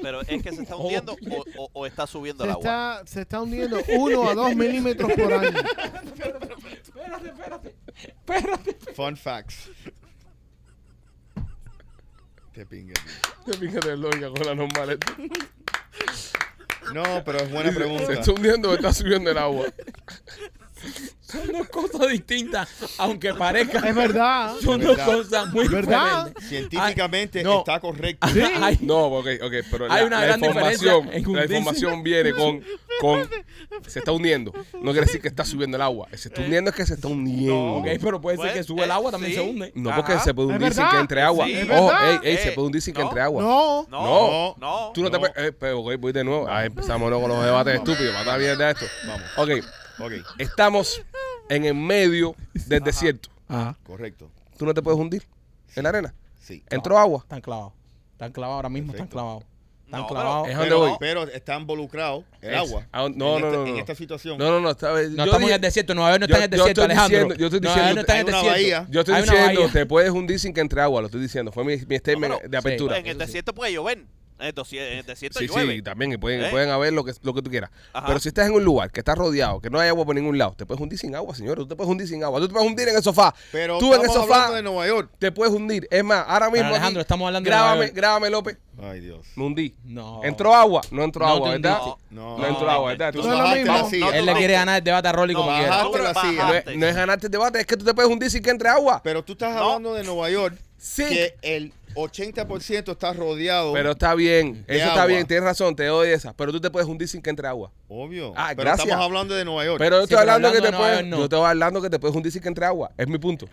Pero es que se está hundiendo o, o- o está subiendo
Se
el agua.
está, se está hundiendo uno a dos milímetros por año.
Espérate, espérate.
Fun facts. Qué pinga. tío.
Te fíjate lógica con la normal. ¿eh? esta.
No, pero es buena
Dice, Se
pregunta.
está hundiendo o está subiendo el agua.
Son dos cosas distintas, aunque parezca.
Es verdad.
Son
Es
dos
verdad.
cosas muy
¿Verdad?
diferentes.
Científicamente
Ah,
Ay, no.
está correcto.
Ay,
No, ok, ok, pero la,
Hay una
la
gran
información,
diferencia en
la
hundirse.
información viene con, con se está hundiendo. No quiere decir que está subiendo el agua. Se está hundiendo es que se está hundiendo.
Eh. ok, pero puede ser
Pues,
que sube el
eh,
agua, también
sí.
se hunde.
No, porque
Ajá.
se puede
Es
hundir sin que
verdad.
entre agua.
Sí. Es
Ojo,
verdad.
ey, ey, se
Eh,
puede hundir sin que
no.
entre agua.
No.
No,
No.
no.
Tú no, te
No.
puedes. eh, pero, ok, voy de nuevo. Ah, empezamos ¿no? con los debates estúpidos. Mata mierda esto.
Vamos.
Ok,
Ok,
estamos en el medio del desierto.
correcto.
Tú no te puedes hundir en la arena.
Sí.
Entró agua.
Están clavados. Están clavados ahora mismo,
Perfecto.
están clavados. Están
No,
clavados.
pero- ¿Es donde
Pero,
voy?
pero está involucrado el
Es-
agua.
ah, no,
en
no,
este-
no, no.
En esta situación.
No, no, no. Está,
No estamos en el desierto, Nueva York no está
yo-
en el
yo
desierto,
estoy
Alejandro.
diciendo- yo estoy
Nueva York
diciendo-
no está en el
Hay una
desierto.
bahía.
Yo estoy
Hay una
diciendo,
bahía.
te puedes hundir sin que entre agua, lo estoy diciendo. Fue mi, mi statement
No, pero-
de apertura.
En el desierto puede llover. En el, dosi- en el desierto
Sí,
llueve.
sí, también, y pueden,
¿Eh?
pueden haber lo que, lo que tú quieras.
Ajá.
Pero si estás en un lugar que está rodeado, que no hay agua por ningún lado, te puedes hundir sin agua, señor. Tú te puedes hundir sin agua. Tú te puedes hundir en el sofá.
Pero
tú en el
estamos hablando
sofá
de Nueva York.
te puedes hundir. Es más, ahora mismo.
Alejandro, estamos hablando de
grábame,
Nueva York.
Grábame, López.
Ay, Dios.
Me hundí.
No.
¿Entró agua? No entró
No
agua,
te
¿verdad?
hundiste.
No,
No entró agua, ¿verdad?
Tú
No es lo
bajaste la
mismo.
silla.
No,
Él le quiere ganar el debate a Rolly como
No,
quiera.
bajaste
ahora
la silla.
No,
bajaste.
es, no es ganarte el debate, es que tú te puedes hundir sin que entre agua.
Pero tú estás
No.
hablando de Nueva York,
Sí.
que el 80% está rodeado.
Pero está bien,
De
eso está
agua.
bien, tienes razón, te doy esa. Pero tú te puedes hundir sin que entre agua.
obvio.
Ah,
pero
gracias.
estamos hablando de Nueva York.
Pero yo
Sí,
estoy
pero
hablando que
hablando
te
de Nueva
puedes.
York, no.
Yo te estoy hablando que te puedes hundir sin que entre agua. Es mi punto.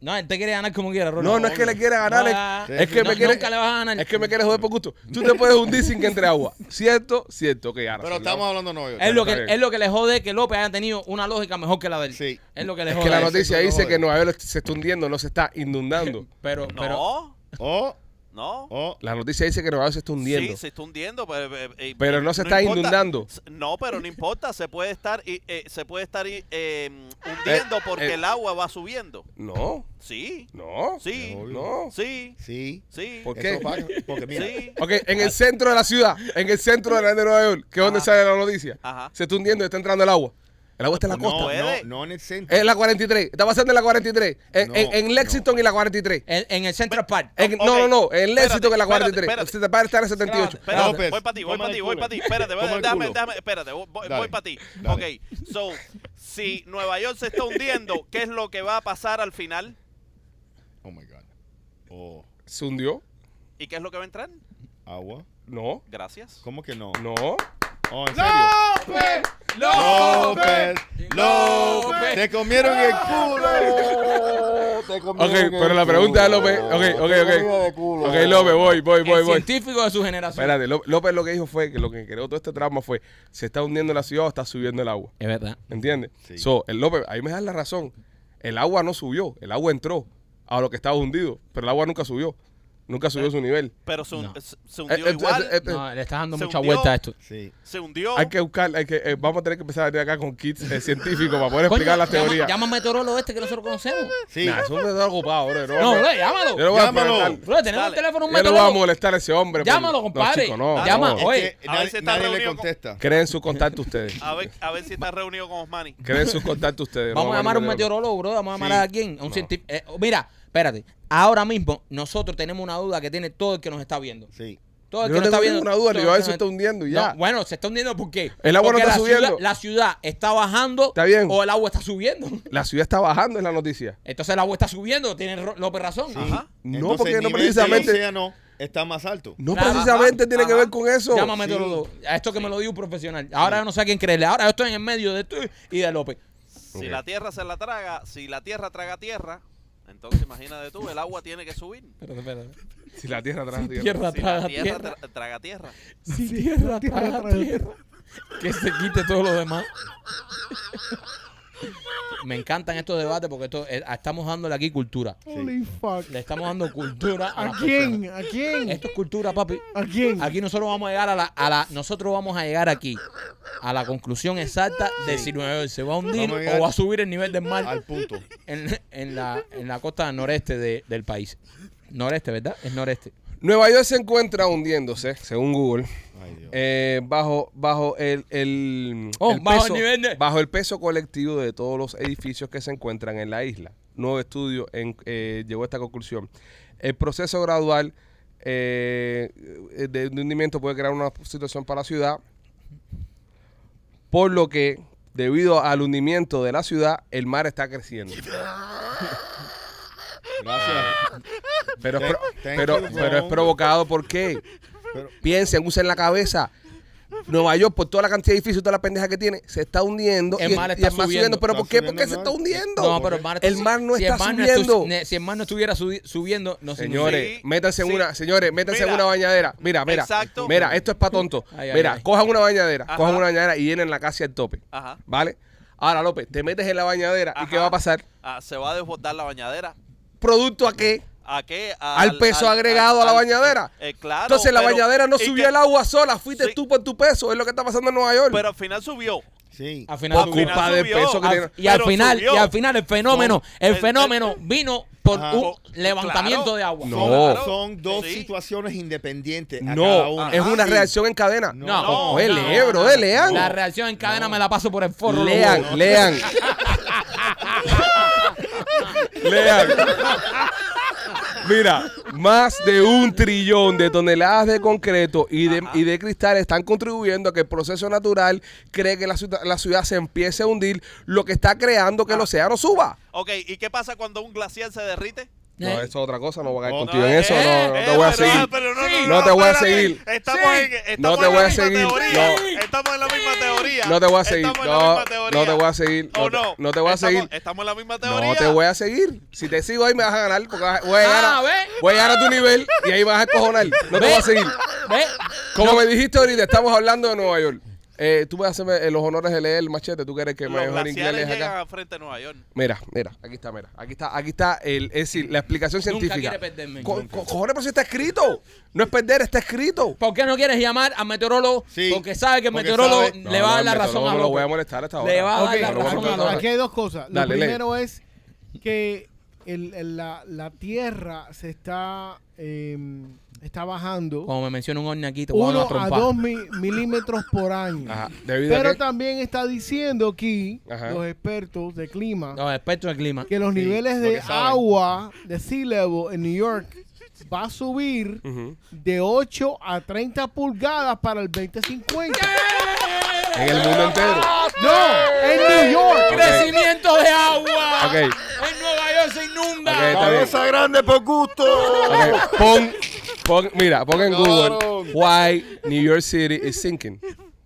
No, él te quiere ganar como quiera, Rolly.
No, no es que le quiera ganar. es-
Ah,
es que
no,
me quiere.
nunca le vas a ganar.
Es que me quiere joder por gusto. Tú te puedes hundir sin que entre agua. Cierto, cierto. Ok, ahora.
Pero
sí,
estamos
la-
hablando de Nueva York.
Es lo, que,
Está bien.
es lo que le jode que López haya tenido una lógica mejor que la de él.
Sí.
Es lo que le
Es
jode.
que la
a él.
noticia
eso,
dice
no,
que
joder.
Nueva York se está hundiendo, no se está inundando.
Pero, pero.
No.
Oh,
No.
oh.
La noticia dice que Nueva York se está hundiendo.
Sí, se está hundiendo, pero, eh, eh,
Pero no se está
importa.
inundando.
S- No, pero no importa, se puede estar y- eh, se puede estar y, eh, hundiendo
Eh,
porque
eh.
el agua va subiendo.
No,
Sí,
no.
sí,
No.
sí,
Sí.
sí,
¿Por
Eso
qué?
pasa, Porque mira,
sí.
Ok, en el centro de la ciudad, en el centro de la de Nueva York, que es donde sale la noticia,
Ajá.
se está hundiendo, está entrando el agua. El agua está en la
no,
costa.
no,
Puede.
no en el centro.
En la 43. Está pasando en la 43. En,
No,
en- en Lexington y la 43.
En, en el Central Park.
En-
Ok,
No, no, no. En Lexington y la
espérate,
43.
espérate.
Se te va a estar en 78.
Espérate,
López,
voy para ti, voy
toma
para ti,
el
voy
culo.
para ti. Espérate,
Toma el
déjame,
culo.
déjame, espérate, voy,
Dale,
para ti.
dale.
Ok, so, si Nueva York se está hundiendo, ¿qué es lo que va a pasar al final?
Oh my God. Oh.
Se hundió.
¿Y qué es lo que va a entrar?
Agua.
No,
Gracias.
¿Cómo que no?
no.
Oh, ¿en serio?
¡López!
López, López, te comieron el culo. Te comieron
Ok, pero la pregunta de López. Ok, ok, ok. Ok, López, voy, voy, voy,
el
voy.
científico de su generación.
Espérate, Ló- López lo que dijo fue que lo que creó todo este trauma fue: se está hundiendo la ciudad o está subiendo el agua.
Es verdad.
¿Entiendes?
Sí.
So, el López, ahí me das la razón. El agua no subió, el agua entró a lo que estaba hundido, pero el agua nunca subió. Nunca subió su nivel.
Pero se,
No.
se-
Eh,
se hundió
eh,
igual.
eh, eh,
No, le estás dando
Se
mucha
hundió.
vuelta a esto.
Sí.
se hundió.
Hay que buscar, hay que, eh, vamos a tener que empezar a venir acá con kits eh, científicos para poder
Coño,
explicar las
llama-
teorías.
Llama al meteorólogo este que nosotros conocemos.
Sí.
Nah, eso me está ocupado, bro. Yo
No,
voy a-
bro,
yo
llámalo.
no voy a
Llámalo.
molestar-
Bro, tenemos el
Dale.
teléfono
Yo
un
no voy a
meteorólogo.
molestar a ese hombre. por-
Llámalo, compadre.
No, chico, no,
Llama.
no.
Es
Oye,
que
a ver si
nadie,
está
nadie le
reunido con-
contesta.
Creen sus contactos ustedes.
A ver, a ver si está reunido con Osmani.
Creen sus contactos ustedes.
Vamos
no,
a llamar a un
no, no.
meteorólogo, bro. Vamos a llamar a alguien, a un científico. Eh, mira, espérate. Ahora mismo nosotros tenemos una duda que tiene todo el que nos está viendo.
Sí.
Todo el
Yo no
que nos está
tengo
viendo.
ninguna duda,
todo
le
el
digo,
que
"Eso
nos-
está hundiendo y ya".
No, bueno, se está hundiendo ¿por qué?
El agua no
Porque
está
la ciudad-
subiendo.
la ciudad está bajando.
Está bien.
O el agua está subiendo.
La ciudad está bajando, es la noticia.
Entonces el agua está subiendo. Tiene Ro- López razón.
Ajá.
No,
Entonces,
porque
el
no
nivel del
precisamente.
océano está más alto.
No
Claro.
precisamente tiene que
Ajá.
ver con eso.
Llama a meteorólogo. A esto que me lo dijo un profesional. Ahora yo no sé a quién creerle. Ahora yo estoy en el medio de tú y de López.
Si la tierra se la traga, si la tierra traga tierra, entonces imagínate tú, el agua tiene que subir.
Espérate, espérate.
Si la tierra atrás.
Tierra
Si la
traga
tierra,
tierra.
tra- traga tierra.
Si tierra traga tierra. Que se quite todo lo demás. Me encantan estos debates porque esto, eh, estamos dándole aquí cultura.
Holy fuck.
Le estamos dando cultura a,
¿A
las
quién?
personas.
¿A quién?
Ah, Esto es cultura, papi.
¿A quién?
Aquí nosotros vamos a llegar a la, a la nosotros vamos a llegar aquí a la conclusión exacta de si Nueva York se va a hundir
Vamos a llegar
o va a subir el nivel del mar
Al punto.
en, en la, en la costa noreste de- del país. Noreste, ¿verdad? Es noreste.
Nueva York se encuentra hundiéndose, según Google,
Ay, Dios.
eh, bajo, bajo el, el-
Oh,
el
bajo el
peso,
nivel de-
bajo el peso colectivo de todos los edificios que se encuentran en la isla. Nuevo estudio en- eh, llegó a esta conclusión. El proceso gradual eh, de, de hundimiento puede crear una situación para la ciudad, por lo que debido al hundimiento de la ciudad, el mar está creciendo.
Gracias.
Pero, es
Thank-
pro-
thank
pero,
you,
pero es
bro.
provocado por qué.
Pero-
Piensen, usen la cabeza. Nueva York, por toda la cantidad de edificios, toda la pendeja que tiene, se está hundiendo.
El
y
mar
y
está
el mar
subiendo.
¿Pero
Está
por qué?
subiendo
¿Por qué
el
se
mar.
está hundiendo?
No, pero el mar, está-
El mar no
si
está
el mar no estu-
subiendo.
ne- si el mar no estuviera subi- subiendo, no se
Señores,
Sí,
métanse en
sí.
una, señores, métanse en
Mira.
una bañadera. Mira, mira,
Exacto.
mira, esto es para tonto.
Ay, ay,
mira,
ay.
cojan una bañadera,
Ajá.
cojan una bañadera y llenen la casa al tope.
Ajá.
¿Vale? Ahora, López, te metes en la bañadera y
Ajá.
¿qué va a pasar?
Ah, se va a desbordar la bañadera.
¿Producto a qué?
¿A qué?
Al peso agregado a la bañadera.
eh, claro.
Entonces la
pero-
bañadera no
y
subió
que-
el agua sola, fuiste
Sí.
tú por tu peso, es lo que está pasando en Nueva York.
Pero al final subió.
Sí.
Al final
por
subió.
culpa del
subió.
peso que
Al-
tiene.
y al
Pero
final
subió.
y al final el fenómeno el
El-
fenómeno vino por
Ajá.
un levantamiento
Claro.
de agua
No.
Son, son dos
Sí.
situaciones independientes. a cada
No,
una.
es una
Ah, Sí.
reacción en cadena.
No.
no,
No,
Oye,
no,
lee, bro, lean.
la reacción en cadena me la paso por el forro
lean,
loco.
lean. lean. Mira, más de un trillón de toneladas de concreto y de, y de cristal están contribuyendo a que el proceso natural cree que la ciudad, la ciudad se empiece a hundir, lo que está creando
Ah.
que el océano suba.
Ok, ¿y qué pasa cuando un glaciar se derrite?
No,
Eh.
eso es otra cosa, no voy a caer
No,
contigo en
Eh,
eso, no, no
eh,
te voy a
pero-
seguir.
pero
Sí. No te voy a
espérate.
seguir.
Estamos
Sí.
en, estamos
No te
en
voy a
la misma
seguir.
teoría.
No.
Estamos en la misma teoría.
No te voy a seguir.
Estamos en la
No,
misma teoría.
no te voy a seguir.
¿O
No te-
no?
no te voy a
Estamos-
seguir.
Estamos en la misma teoría.
No te voy a seguir. Si te sigo ahí me vas a ganar porque vas- voy a llegar
Ah,
a,
¿ves?
voy a, llegar a tu nivel y ahí vas a escojonar. No te voy a seguir.
¿Ves?
Como me dijiste ahorita, estamos hablando de Nueva York. Eh, tú vas a hacerme eh, los honores de leer el machete. ¿Tú quieres que me
Los
mejor inglés
glaciares
lees
llegan
acá?
a frente de Nueva York.
Mira, mira, aquí está, mira. Aquí está, aquí está el, es decir, la explicación
Nunca
científica.
quiere perderme.
Co- co- cojones, pero si está escrito. No es perder, está escrito.
¿Por qué no quieres llamar al meteorólogo?
Sí,
Porque sabe que el
porque
meteorólogo
sabe.
No,
le va a dar
no,
la
el
razón a
meteorólogo
López.
lo voy a molestar hasta ahora.
Le va a dar
Ok,
la
No lo voy
razón
molestar
a
hasta ahora.
aquí hay dos cosas. Lo
Dale, lee.
primero es que el- el- la, la tierra se está, eh, está bajando
Como me menciona un horno aquí, te voy a dar una
1 a
trompa.
2 milímetros por año.
Ajá, debido a
Pero
que-
también está diciendo aquí
Ajá.
los expertos de clima
Los expertos del clima.
que los
Sí,
niveles
lo
de
que saben.
agua de sea level en New York va a subir
Ujú.
de 8 a 30 pulgadas para el 2050.
En el mundo entero.
No, en New York.
¡Crecimiento de agua!
Ok.
En Nueva York se inunda.
Ok, está bien.
Cabeza grande por gusto.
Ok, Pon, Pon- mira, pon en
Cabrón.
Google why New York City is sinking.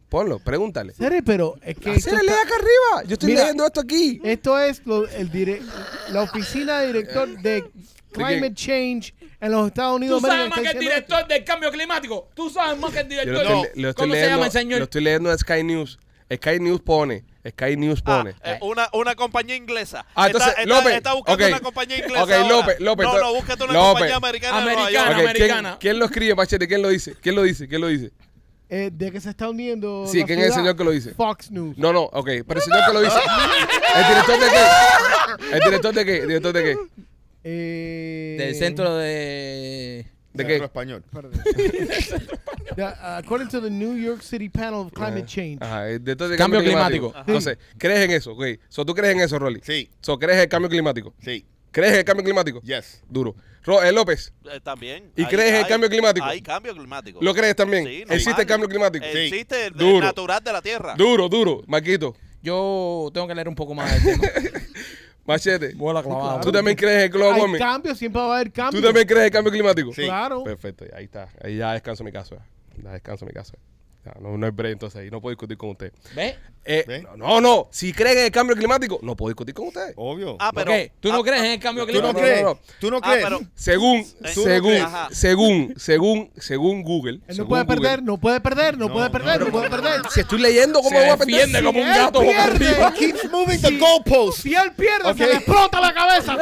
Ponlo, pregúntale.
Sere, pero es que esto,
Hacele lea
está-
acá arriba. Yo estoy
Mira.
leyendo esto aquí.
esto es lo- el dire- la oficina de director de Climate Change en los Estados Unidos.
Eh, Tú sabes
América,
más que
está
el
diciendo esto.
director del cambio climático. Tú sabes más que el
Yo
director.
lo estoy, le- lo estoy
¿Cómo
leyendo,
se llama el
Lo
señor?
estoy leyendo en Sky News. Sky News pone. Sky News
Ah,
pone.
eh, una, una compañía inglesa.
Ah, entonces,
está, está-
López,
está buscando
ok.
una compañía inglesa.
Ok,
ahora.
López, López,
No, no,
entonces-
búscate una
López.
compañía americana. de Nueva
Americana.
York.
Ok, ¿quién,
americana.
quién lo escribe, Machete? ¿Quién lo dice? ¿Quién lo dice? ¿Quién lo dice?
Eh, de que se está hundiendo.
Sí,
la
¿quién es el
ciudad?
señor que lo dice?
Fox News.
No, no, ok. Pero el señor que lo dice. ¿El director de qué? ¿El director de qué? ¿El director de qué?
Eh,
Del centro de...
¿De
Centro
qué?
español.
perdón. The- uh, according to the New York City panel of climate change.
Eh, Ajá, el director de
Cambio
Ajá.
Entonces, ¿crees en eso? Ok. So, ¿Tú crees en eso, Rolly?
Sí,
So, ¿Crees en el cambio climático?
sí,
¿Crees en el cambio climático?
yes.
Duro. Ro- eh, López,
Eh, también.
¿Y
Hay-
crees en el
hay-
cambio climático?
Hay cambio climático.
¿lo crees también?
Sí, normal.
¿Existe el cambio climático?
Existe el
Duro.
natural de la tierra.
Duro, duro. Maquito,
Yo tengo que leer un poco más del tema.
machete.
Bola clavada.
¿Tú también crees en el global
Hay
warming?
cambios, siempre va a haber cambios.
¿Tú también crees en el cambio climático?
Sí.
Claro.
Perfecto, ahí está. Ahí ya descanso mi caso. Ya, Ya descanso mi caso. Ya, no, no hay break entonces ahí. No puedo discutir con usted.
¿Ves?
Eh,
¿Ve?
no, no, no. Si creen en el cambio climático, no puedo discutir con usted.
Obvio.
Ah, pero.
Ok, ¿Tú no
ah,
crees en el cambio
¿Tú no,
no,
climático?
no,
crees?
no.
¿Tú no
Ah,
crees?
pero-
Según,
Eh,
no
según,
crees. Ajá.
según, según, según Google.
Él
según
no puede
Google,
perder, no puede perder, no,
No,
puede
no,
perder, no,
no,
puede
no,
perder.
Si estoy leyendo, ¿cómo
Se
voy a perder?
defiende como un
él
gato. boca
pierde.
arriba.
Keeps moving the goalpost.
Si él pierde,
Ok.
se le explota la cabeza.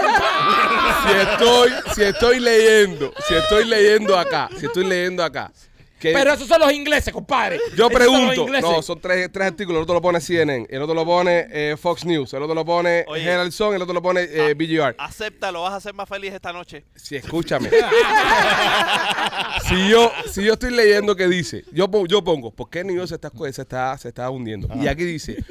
Si estoy, si estoy leyendo, si estoy leyendo acá, si estoy leyendo acá. Que
Pero esos son los ingleses, compadre.
Eh, yo
Esos son los
pregunto,
ingleses.
no, son tres, tres artículos, el otro lo pone CNN, el otro lo pone eh, Fox News, el otro lo pone
Oye. ah,
Herald Sun, el otro lo pone eh, BGR.
Acéptalo, vas a ser más feliz esta noche.
Si escúchame. si, yo, si yo estoy leyendo que dice, yo, pon- yo pongo, ¿por qué New York se está, se está, se está hundiendo? Y aquí dice,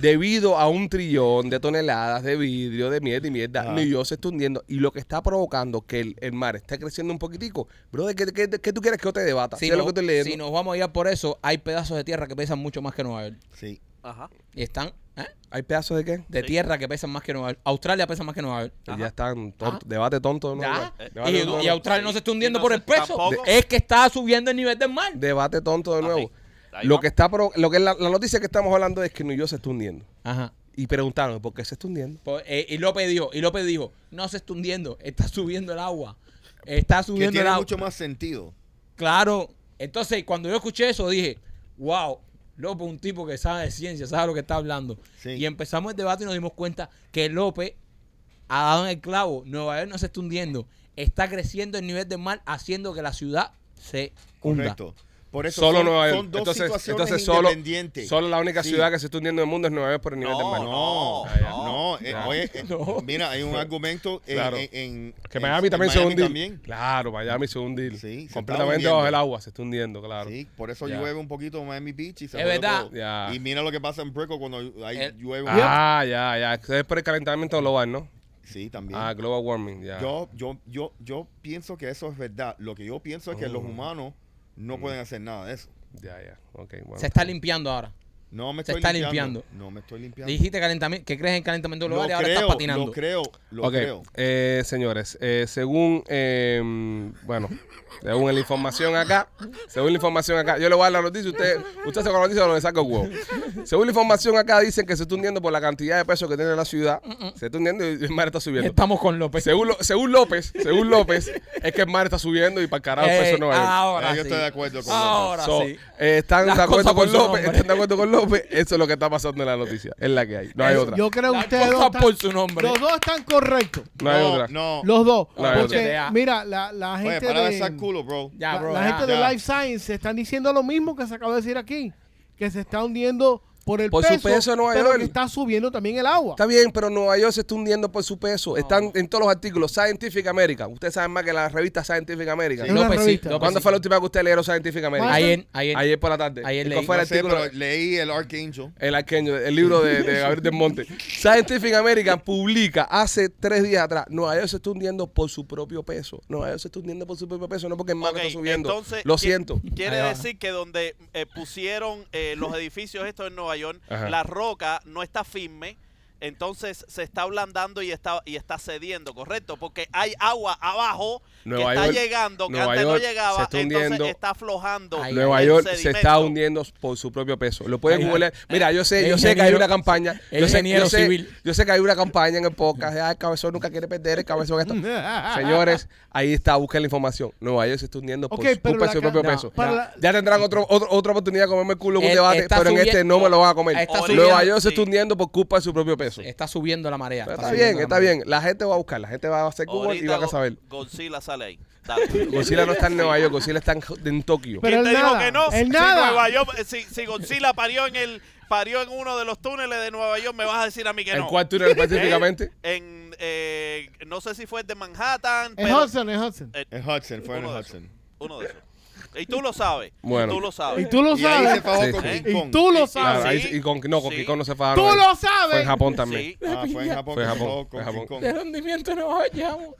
debido a un trillón de toneladas de vidrio, de mierda y mierda, New York se está hundiendo. Y lo que está provocando que el, el mar esté creciendo un poquitico, brother, ¿qué, qué, qué tú quieres que yo te debata?
Si,
Si es
no-
lo que estoy leyendo.
si nos vamos a ir por eso, hay pedazos de tierra que pesan mucho más que Nueva York.
Sí.
Ajá.
Y están... ¿eh?
¿Hay pedazos de qué?
De tierra que pesan más que Nueva York. Australia pesa más que Nueva York.
Ya están, tonto- debate tonto. ¿no?
Ah. Ya.
Debate
Eh, Y,
tonto.
y Australia no se está hundiendo
Y no
por
se-
el peso.
tampoco.
Es que está subiendo el nivel del mar.
Debate tonto de nuevo.
Ahí
Lo
va.
que está pro- lo que es la, la noticia que estamos hablando es que New York se está hundiendo.
Ajá.
Y preguntaron, ¿por qué se está hundiendo?
Pues, eh, y López dijo, y López dijo, no se está hundiendo, está subiendo el agua. Está
Que
subiendo el
tiene
agua.
mucho más sentido.
Claro. Entonces, cuando yo escuché eso, dije, wow, López un tipo que sabe de ciencia, sabe lo que está hablando.
Sí.
Y empezamos el debate y nos dimos cuenta que López ha dado en el clavo. Nueva York no se está hundiendo. Está creciendo el nivel del mar, haciendo que la ciudad se hunda.
Correcto. Por eso
solo
son,
Nueva York.
son dos
entonces,
situaciones
entonces solo,
independientes.
solo la única
Sí.
ciudad que se está hundiendo en el mundo es Nueva York por el nivel del mar.
No,
Ah, ya.
no, eh,
Ya.
oye, eh,
No.
mira, hay un argumento en,
Claro.
en- en-
Que
en-
Miami
en
también se
Miami
hundió.
también.
Claro, Miami se hundió.
Sí, se está
Completamente
hundiendo.
bajo el agua, se está hundiendo, claro.
Sí, por eso
Ya.
llueve un poquito en Miami Beach y se
Es
jode
verdad. Eh,
todo.
Ya.
Y mira lo que pasa en Brickell cuando hay
El-
llueve. un-
Ah, ya, ya. Eso Es por el calentamiento global, ¿no?
Sí, también.
Ah, global warming, ya.
yo, yo, yo, yo pienso que eso es verdad. Lo que yo pienso es que
Oh.
los humanos
Mm.
no pueden hacer nada de eso.
Ya, ya. Ok, bueno.
Se está limpiando ahora.
No me
Se
estoy
está
limpiando.
limpiando.
No me estoy limpiando.
Dijiste calentamiento, que crees en calentamiento
lo
global y ahora
creo,
estás patinando.
lo creo, lo
ok,
creo.
eh, señores, eh, según, eh, bueno, según la información acá, según la información acá, yo le voy a dar la noticia, usted, usted se con la noticia o le saca el huevo. Según la información acá, dicen que se está hundiendo por la cantidad de peso que tiene la ciudad, se está hundiendo y el mar está subiendo.
Estamos con López.
Según, lo- según López, según López, es que el mar está subiendo y para carajo el peso
Ey,
no es.
ahora
Eh, yo
sí.
estoy de acuerdo con
Ahora.
López.
So,
sí.
eh, están
Las
de acuerdo
cosas por
con
su
López,
nombre.
están de acuerdo con López, eso es lo que está pasando en la noticia, es la que hay, no hay otra.
Yo creo que
Las
ustedes dos
cosas
están-
por su nombre.
Los dos están correctos.
No hay
no,
otra.
no.
Los dos.
No hay
porque,
otra.
mira, la, la gente
Oye, para de
de,
besar culo, bro.
Ya,
la-
bro.
la
ya.
gente de
Ya.
Life Science están diciendo lo mismo que se acaba de decir aquí. Que se está hundiendo por el
Por su
peso,
peso, Nueva
pero
York.
que está subiendo también el agua.
Está bien, pero Nueva York se está hundiendo por su peso. Están en todos los artículos. Scientific America. Ustedes saben más que la revista Scientific America.
Es
¿no? pues
una
López sí,
revista.
López
¿Cuándo
sí.
fue la última vez que ustedes leyeron Scientific America?
Ayer, ayer.
Ayer por la tarde.
Ayer
¿Y
leí.
¿Cuál fue el
No sé,
artículo?
pero leí el Archangel.
El arqueño, el libro de, de Gabriel del Monte. Scientific America publica hace tres días atrás, Nueva York se está hundiendo por su propio peso. Nueva York se está hundiendo por su propio peso, no porque el mar
Ok,
está Este subiendo.
entonces,
Lo
qui-
siento.
Quiere
Ahí va.
decir que donde eh, pusieron eh, los edificios estos en Nueva York,
Ajá.
la roca no está firme. Entonces se está ablandando y está, y está cediendo, ¿correcto? Porque hay agua abajo
Nueva
que está
York-
llegando, que
Nueva
antes no
York
llegaba,
se está
entonces
hundiendo.
está aflojando.
Ahí,
Nueva
el
York se
sedimento.
está hundiendo por su propio peso. Lo pueden
Ay,
googlear. Mira, yo sé, yo
El
sé que hay
ingeniero-
una campaña.
el
Yo sé, yo,
ingeniero
sé,
civil.
yo sé que hay una campaña en el podcast. de, "Ah, el cabezón nunca quiere perder, el cabezón está. Señores, ahí está, busquen la información. Nueva York se está hundiendo por
Ok,
su,
pero
culpa de
la
su
ca-
propio
no,
peso.
para la-
Ya tendrán otro, otro- otra oportunidad de comerme el culo en un
Él
debate,
está
pero en este
subiendo-
no me lo van a comer.
está
Nueva
subiendo,
York se
sí.
está hundiendo por culpa de su propio peso.
Está subiendo la marea.
Pero Está,
subiendo
bien,
la
está
marea.
bien. La gente va a buscar, la gente va a hacer Google y
Ahorita
va a saber.
Go- Godzilla sale ahí. Dale.
Godzilla no está en Nueva York, Godzilla está en, en Tokio.
Pero
¿Quién te
él
dijo
nada,
que no?
él
si,
nada.
Nueva York- eh, si, si Godzilla parió en el parió en uno de los túneles de Nueva York, me vas a decir a mí que
¿En
no.
cuál túnel específicamente?
En, eh, no sé si fue el de Manhattan.
Es
pero-
Hudson, es Hudson.
eh,
En Hudson, fue en
uno de
Hudson.
esos, uno de esos. Y tú lo sabes.
Bueno.
Tú lo sabes.
Y tú lo
Y ahí
sabes.
se fajó
Sí,
con
sí.
King
Y
Kong. Ah,
tú lo
Claro,
sabes.
ahí-
sí.
y con, no, con
Sí.
Kiko no se fajaron.
Tú
ahí.
lo
Fue
sabes.
en Japón también.
Sí.
Ah, fue en Japón
Fue
que
en
se
Japón,
fajó
fue en
con King
Japón.
Kong.
Del hundimiento no va a llevamos.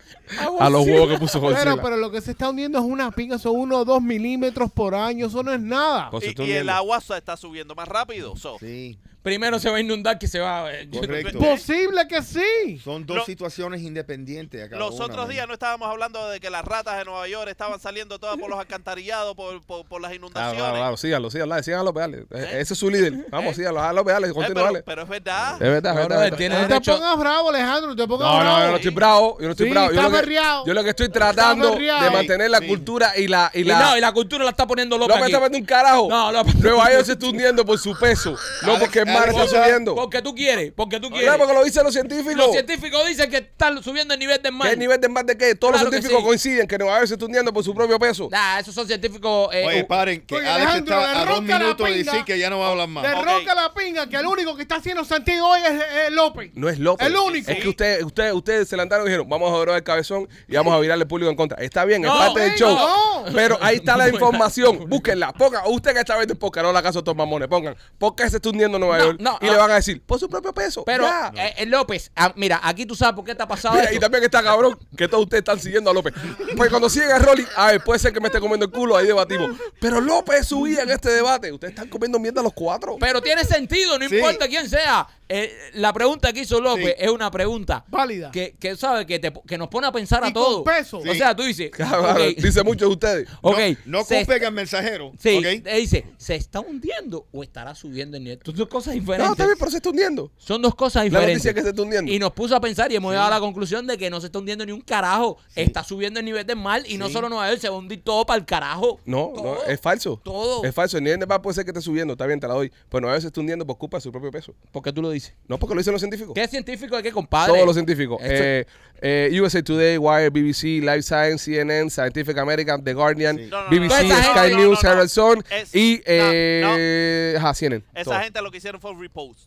A los huevos que puso Godzilla.
Pero, pero lo que se está hundiendo es una pinga, son uno o dos milímetros por año, eso no es nada.
Pues, se
Y,
está
y el
hundiendo.
agua se está subiendo más rápido. so.
Sí,
Primero se va a inundar que se va a...
correcto.
Posible que sí.
Son dos
Lo-
situaciones independientes. a cada
Los
una,
otros
man.
días no estábamos hablando de que las ratas de Nueva York estaban saliendo todas por los alcantarillados, por, por-
Ah,
por las
Claro,
inundaciones. Eh,
claro, claro. Síganlo, síganlo, síganlo a los pedales. E- Ese es su líder. Vamos, síganlo, a los pedales,
Eh,
continúa,
pero,
dale.
pero es verdad.
Eh,
Es verdad, es
No,
verdad,
no,
es verdad.
tiene
No te
derecho.
pongas bravo, Alejandro, no te pongas
No, no,
bravo.
yo no estoy bravo, yo no estoy
Sí,
bravo. Yo
está
lo, que,
berreado.
yo lo que estoy tratando
berreado.
de mantener la
Sí.
cultura y la... Y
Y no,
la
y la cultura la está poniendo loca
López
aquí.
está metiendo un carajo.
No, López.
Nueva York se está hundiendo por su peso. No porque el mar está
Porque-
subiendo.
Porque tú quieres, porque tú quieres.
No, porque lo dicen los científicos.
Los científicos dicen que están subiendo el nivel del
¿Qué
mar.
nivel de mar de qué? Todos
Claro
los
que
científicos
sí.
coinciden que Nueva York se está hundiendo por su propio peso.
Nah, esos son científicos. eh,
Oye,
u-
paren, que
Oye,
Alex
Alejandro,
está a dos
derroca la
minutos de
pinga.
decir que ya no va a hablar más.
Derroca la pinga, que el único que está haciendo sentido hoy es, es López.
No es López.
El único.
Es que ustedes ustedes ustedes se lanzaron y dijeron, vamos a joder el cabezón y vamos a virarle el público en contra. Está bien, es
No,
parte del
no.
show. Pero ahí está la información. Búsquenla. Pongan, usted que está viendo el podcast, no la casa de estos mamones, pongan. ¿Por qué se está hundiendo Nueva
No,
York?
no,
y
no.
le van a decir, por su propio peso.
Pero,
Ya.
eh, eh, López, ah, mira, aquí tú sabes por qué te ha pasado
Mira,
esto.
y también está cabrón que todos ustedes están siguiendo a López. Pues cuando siguen a Rolly, a ver, puede ser que me esté comiendo el culo, ahí debatimos. Pero López subía en este debate. Ustedes están comiendo mierda los cuatro.
Pero tiene sentido, no
Sí.
importa quién sea. Eh, la pregunta que hizo López
Sí.
es una pregunta
Válida.
que, que sabe que, te- que nos pone a pensar
Y
a
con
todos.
peso.
O
Sí.
sea, tú dices,
Claro,
ok,
Dice mucho de ustedes.
ok,
No, no
se-
culpen al mensajero.
sí,
¿ok?
eh, dice, ¿se está hundiendo o estará subiendo el nivel? Son dos cosas
No,
diferentes.
está bien, pero se está hundiendo.
Son dos cosas
La
diferentes.
noticia es que se está hundiendo.
Y nos puso a pensar y hemos llegado a la conclusión de que no se está hundiendo ni un carajo. Está subiendo el nivel del mal y no solo Nueva York, se va a hundir todo para el carajo.
No, no,
Todo.
es falso.
Todo.
Es falso. El nivel de paz puede ser que esté subiendo, está bien, te la doy. Pues Pero Nueva York se está hundiendo por culpa de su propio peso.
¿Por qué tú lo dices?
No porque lo dicen los científicos.
¿Qué científico es que compadre?
Todos los científicos.
Esto-
Eh, eh, USA Today, Wire, BBC, Life Science, CNN, Scientific American, The Guardian,
Sí.
No, no, no,
BBC,
no, no,
Sky
no,
no,
News,
no, no.
Herald Sun
Es-
y
no,
eh, ajá, CNN.
Esa
Todo.
gente lo que hicieron fue repost.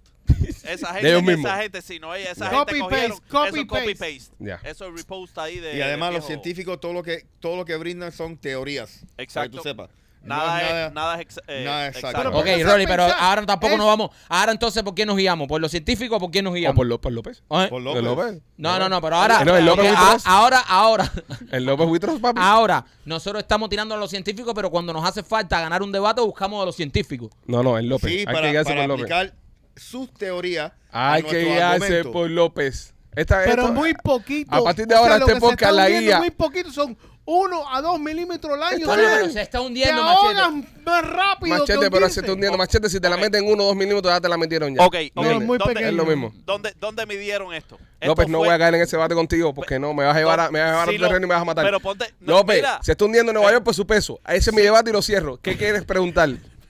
Esa
De ellos
gente,
mismos.
esa gente, sí, no, ella- esa
Copy
gente
paste,
cogieron
copy
eso copy
paste.
paste.
Ya.
Eso es repost ahí de
Y además
de
los
viejo.
científicos todo lo que todo lo que brindan son teorías. Para que
Exacto.
tú sepas. No
Nada,
es
es, nada es ex- eh,
nada es exacto.
Ok,
Porque
Rolly,
sabe
pero
pensar.
ahora tampoco
Es-
nos vamos. Ahora entonces, ¿por qué nos guiamos? ¿Por los científicos o por qué nos
O
guiamos?
por López López.
¿Eh?
Por
De
López.
López.
No, no, no, pero ahora.
No, el López
eh,
Buitrós.
a- ahora, ahora.
El López Huitros, papi.
Ah.
Ahora, nosotros estamos tirando a los científicos, pero cuando nos hace falta ganar un debate, buscamos a los científicos.
No, no, el López.
Sí,
Hay que
para,
guiarse
para
por López.
aplicar sus teorías. a
Hay que
nuestros
guiarse
argumentos.
por López. Esta,
Pero
esto-
muy poquito.
A partir de
O sea,
ahora, este
lo que se está
podcast, la
hundiendo
guía.
Muy poquito, son uno a dos milímetros al año.
Bueno, pero se está
Te
hundiendo, machete.
ahogan más rápido.
Machete,
que
pero
hundirse.
se está hundiendo. Machete, si te la meten uno o dos milímetros, ya te la metieron ya.
Ok, ok.
Nene,
No, es muy
¿Dónde-
pequeño.
es lo mismo.
¿Dónde, dónde midieron esto? Esto
López, no
fue-
voy a caer en ese debate contigo porque no, me vas a llevar a, me vas a, llevar a
Sí,
tu
lo-
terreno y me vas a matar.
pero ponte- no,
López,
mira.
se está hundiendo Nueva York por su peso. Ese es mi debate y lo cierro. ¿Qué quieres preguntar?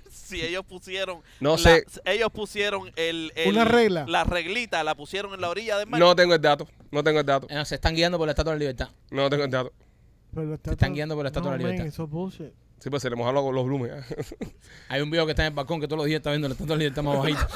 Si ellos pusieron.
No
la-
sé.
Ellos pusieron el, el-
Una regla.
La reglita la pusieron en la orilla del mar.
No tengo el dato. No tengo el dato.
Eh, Se están guiando por la Estatua de la Libertad.
No tengo el dato.
Pero
Se
la
están
estatua-
guiando por la Estatua de la
man,
Libertad.
eso es bullshit.
Sí, pues se le mojaron los, los blumes.
Hay un viejo que está en el balcón que todos los días está viendo la Estatua de la Libertad más bajita.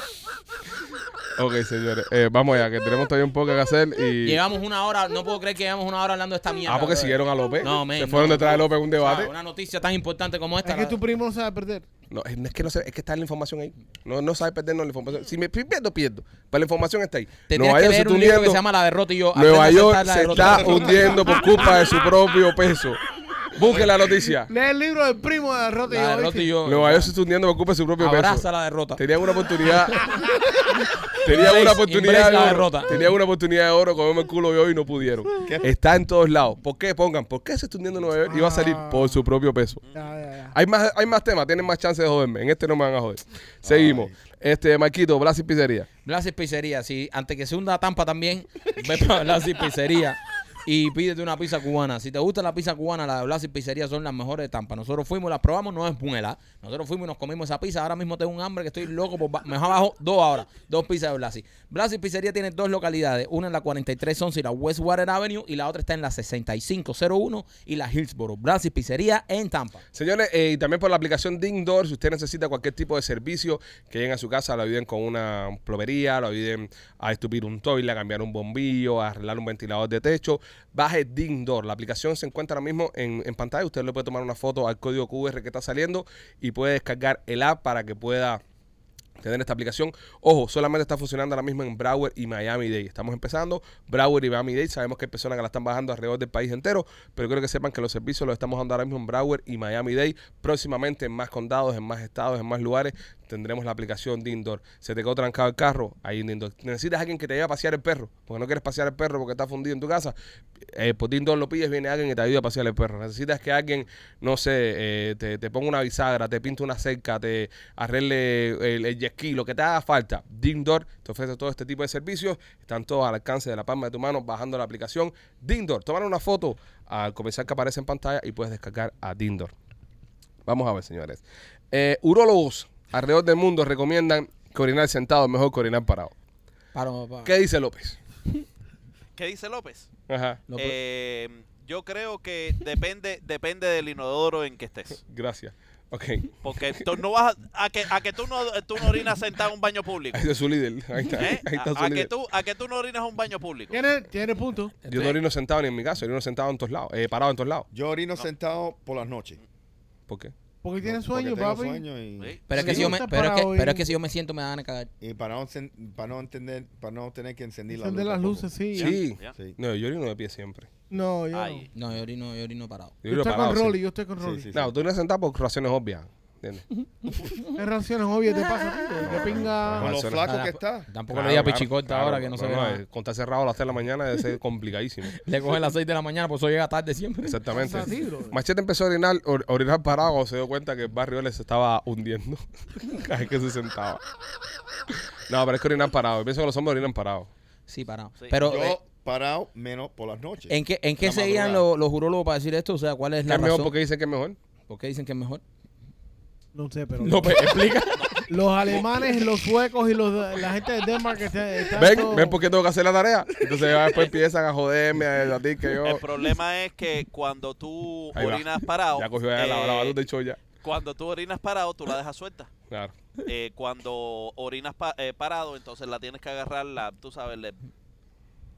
ok, señores. Eh, vamos allá, que tenemos todavía un poco que hacer. Y...
llevamos una hora, no puedo creer que llevamos una hora hablando de esta mierda.
Ah, porque
brother.
siguieron a López.
eh. No, man,
se fueron
no,
detrás de
no.
López en un
O sea,
debate.
Una noticia tan importante como esta.
Es que
la-
tu primo no se va a perder.
No, es es que no sé, es que está la información ahí. No, no sabe perdernos la información. Si me si pierdo, pierdo. Pero la información está ahí.
Te
Nueva
tienes
York
que
se
leer
está
un libro que
hundiendo.
se llama La Derrota y yo.
Nueva
Aprende a
York
aceptar la
se
derrota.
está hundiendo por culpa de su propio peso. Busque la noticia.
Lee el libro del primo de Rotti.
La
¿oíste?
derrota y yo.
Nueva York se está hundiendo por culpa de su propio
Abraza
peso.
la derrota.
Tenían una oportunidad. tenían una
Embrace- embrace
oportunidad de
la
oro.
derrota.
Tenían una oportunidad de oro, comerme el culo yo y no pudieron.
¿Qué?
Está en todos lados. ¿Por qué? Pongan, ¿por qué se está hundiendo Nueva York? Y va a salir por su propio peso.
Ya, ya, ya.
Hay más, hay más temas, tienen más chance de joderme. En este no me van a joder. Seguimos. Este, Marquito, Blas y Pizzería.
Blasis Pizzería, sí. Antes que se hunda Tampa también, ve para Blasis Pizzería y pídete una pizza cubana. Si te gusta la pizza cubana, la de Blasis Pizzería son las mejores de Tampa. Nosotros fuimos, las probamos, no es buena. Nosotros fuimos y nos comimos esa pizza. Ahora mismo tengo un hambre que estoy loco por... ba- Mejor abajo, dos ahora. Dos pizzas de Blasis. Blasis Pizzería tiene dos localidades. Una en la 4311 y la Westwater Avenue y la otra está en la 6501 y la Hillsboro. Blasis Pizzería en Tampa.
Señores, eh, y también por la aplicación Ding Door, si usted necesita cualquier tipo de servicio, que lleguen a su casa, lo ayuden con una plomería, lo ayuden a estupir un toile, a cambiar un bombillo, a arreglar un ventilador de techo, baje Ding Door. La aplicación se encuentra ahora mismo en, en pantalla. Usted le puede tomar una foto al código QR que está saliendo y puede descargar el app para que pueda tener esta aplicación. Ojo, solamente está funcionando ahora mismo en Broward y Miami-Dade. Estamos empezando Broward y Miami-Dade. Sabemos que hay personas que la están bajando alrededor del país entero, pero creo que sepan que los servicios los estamos dando ahora mismo en Broward y Miami-Dade. Próximamente en más condados, en más estados, en más lugares tendremos la aplicación Dindor. Se te quedó trancado el carro, ahí en Dindor. Necesitas alguien que te lleve a pasear el perro, porque no quieres pasear el perro porque está fundido en tu casa. Eh, por Dindor lo pides, viene alguien que te ayude a pasear el perro. Necesitas que alguien, no sé, eh, te, te ponga una bisagra, te pinte una cerca, te arregle el, el jet ski, lo que te haga falta. Dindor te ofrece todo este tipo de servicios. Están todos al alcance de la palma de tu mano bajando la aplicación Dindor. Tomar una foto al comenzar que aparece en pantalla y puedes descargar a Dindor. Vamos a ver, señores. Eh, urólogos alrededor del mundo recomiendan que orinar sentado es mejor que orinar parado.
Para, para.
¿Qué dice López?
¿Qué dice López?
Ajá.
pues.
López.
Eh, yo creo que depende, depende del inodoro en que estés.
Gracias. Ok.
Porque tú no vas a, a que, a que tú, no, tú no orinas sentado en un baño público.
Ahí está su líder. Ahí está,
¿eh?
ahí está su
A, a que
líder.
tú, a que tú no orinas en un baño público.
Tiene, tiene punto.
Yo no orino sentado ni en mi casa, orino sentado en todos lados, eh, parado en todos lados.
Yo orino sentado por las noches.
¿Por qué?
Porque tiene
No,
sueño,
porque tengo
papi.
sueño y,
¿sí?
Pero es, que
Sí,
si yo me,
está
pero, es
para
que,
hoy.
pero es que si yo me siento me dan a cagar.
y para, no, encen- para, no entender, para no tener que encender la
Son de
luz
las
tampoco.
luces, sí. ya.
Sí.
ya.
Sí.
No, yo orino de pie siempre.
No, yo no.
Ay.
No, yo orino, yo orino parado.
Yo
Yo
orino
estoy
parado.
con
sí.
Rolly, yo estoy con
Sí,
Rolly.
sí, sí.
No, tú orinas sentado por razones obvias. ¿entiendes?
Es raciones obvias, te pasa, tío. Te pinga.
Con lo
Razones-
flaco
Ah,
que está.
Tampoco le
Claro,
diga
claro,
pichicorta
claro,
ahora que no se ve nada.
eh, Con estar cerrado a las 3 de la mañana debe ser complicadísimo.
Le coge a las 6 de la mañana, por eso llega tarde siempre.
Exactamente.
Pasa a ti, brother.
Machete empezó a orinar, or- a orinar parado cuando se dio cuenta que el barrio él se estaba hundiendo. Cada vez que se sentaba. No, pero es que orinar parado. Yo pienso que los hombres orinan parados.
Sí, parado.
Sí.
Pero,
Yo
eh,
parado menos por las noches.
¿en qué, en qué
La
se guían
madrugada.
los, los urólogos para decir esto? O sea, ¿cuál es
¿Qué
la
es mejor?
razón?
¿Por qué dicen que es mejor?
¿Por qué dicen que es mejor?
No sé, pero.
López, explica.
Los alemanes, los suecos y los, la gente de Denmark que está- están
¿Ven?
todos-
¿Ven por qué tengo que hacer la tarea? Entonces ya después empiezan a joderme, a decir que yo...
El problema es que cuando tú
Ahí va.
orinas parado,
Ya cogió ya la,
eh,
la luz de cholla.
cuando tú orinas parado, tú la dejas suelta.
Claro.
Eh, cuando orinas pa- eh, parado, entonces la tienes que agarrar, la, tú sabes, le,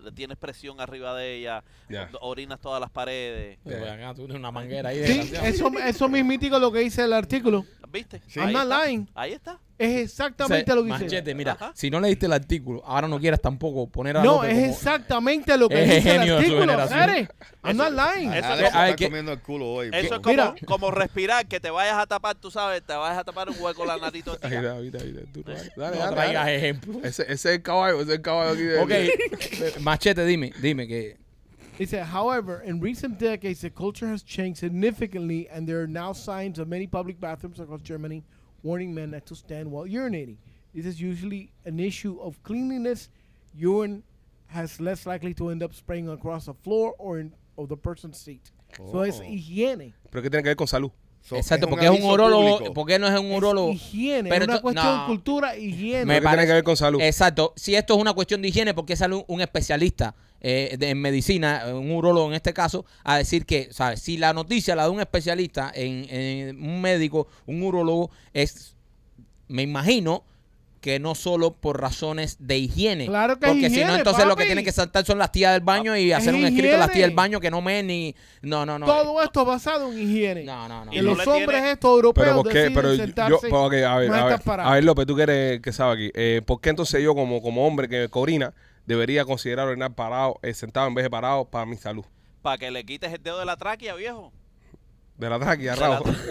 le tienes presión arriba de ella,
Ya.
orinas todas las paredes.
Acá tú tienes una manguera ahí.
Sí,
desgraciado.
eso, eso mismítico lo que dice el artículo.
¿Viste?
Sí.
Ahí
I'm not
está.
lying.
Ahí está.
Es exactamente lo que dice.
Machete, mira,
Ajá.
si no leíste el artículo, ahora no quieras tampoco poner a
No,
López
es
como-
exactamente lo que
Es
dice el
genio de su
artículo.
generación.
Eres. I'm not lying.
Eso
Alex
es
se
como-
está
que-
comiendo el culo hoy.
Eso es
bro.
como,
Mira.
como respirar, que te vayas a tapar, tú sabes, te vayas a tapar un hueco la nariz todo el
Ahí
día.
está, ahí está, ahí está. Tú, dale, dale,
No
dale,
traigas
dale.
ejemplo.
Ese, ese es el caballo, ese es el caballo aquí. de-
Ok, eh, Machete, dime, dime que...
Dice, however, in recent decades, the culture has changed significantly, and there are now signs of many public bathrooms across Germany warning men not to stand while urinating. This is usually an issue of cleanliness. Urine has less likely to end up spraying across the floor or in of the person's seat. So es
Oh.
higiene.
Pero ¿qué tiene que ver con salud?
So,
Exacto, porque es un
aviso
urólogo,
público.
porque no es un urólogo.
Es higiene.
Pero
es una
esto-
cuestión
no.
de cultura higiene.
¿Pero
Me
¿Qué tiene
parece-
que ver con salud?
Exacto. Si esto es una cuestión de higiene, porque sale un especialista eh, de- en medicina, un urólogo en este caso, a decir que, ¿sabes? Si la noticia la de un especialista, en, en un médico, un urólogo, es, me imagino que no solo por razones de higiene.
Claro que es
Porque si no,
higiene,
entonces lo que
papi. Ah,
tienen que saltar son las tías del baño y
Es
hacer un escrito a las tías
higiene.
del baño que no me ni... No, no, no.
Todo esto basado en higiene.
No, no, no.
Y
Que
no
los
le tiene-
hombres estos europeos
Pero ¿por qué?
deciden
Pero yo, yo-
sentarse
ok, a ver,
más
a ver,
estas paradas.
a ver, López, tú que, eres, que sabes aquí, eh, ¿por qué entonces yo como, como hombre que orina debería considerar orinar parado, eh, sentado en vez de parado para mi salud?
Para que le quites el dedo de la tráquea, viejo.
De la tráquea,
Se la
Raúl.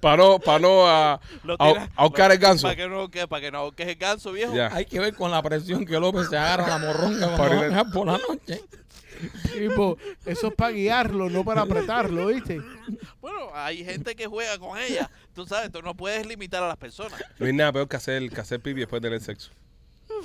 Para no, pa' no a,
Lo
a-
tiras-
ahorcar el ganso.
Para que no ahorque- para que no ahorques el ganso, viejo.
Ya.
Hay que ver con la presión que López se agarra la
Para
morronga cuando va a
ir-
dejar por la noche.
Tipo, eso es para guiarlo, no para apretarlo, ¿viste?
Bueno, hay gente que juega con ella. Tú sabes, tú no puedes limitar a las personas.
No hay nada peor que hacer, que hacer pipi después de tener sexo.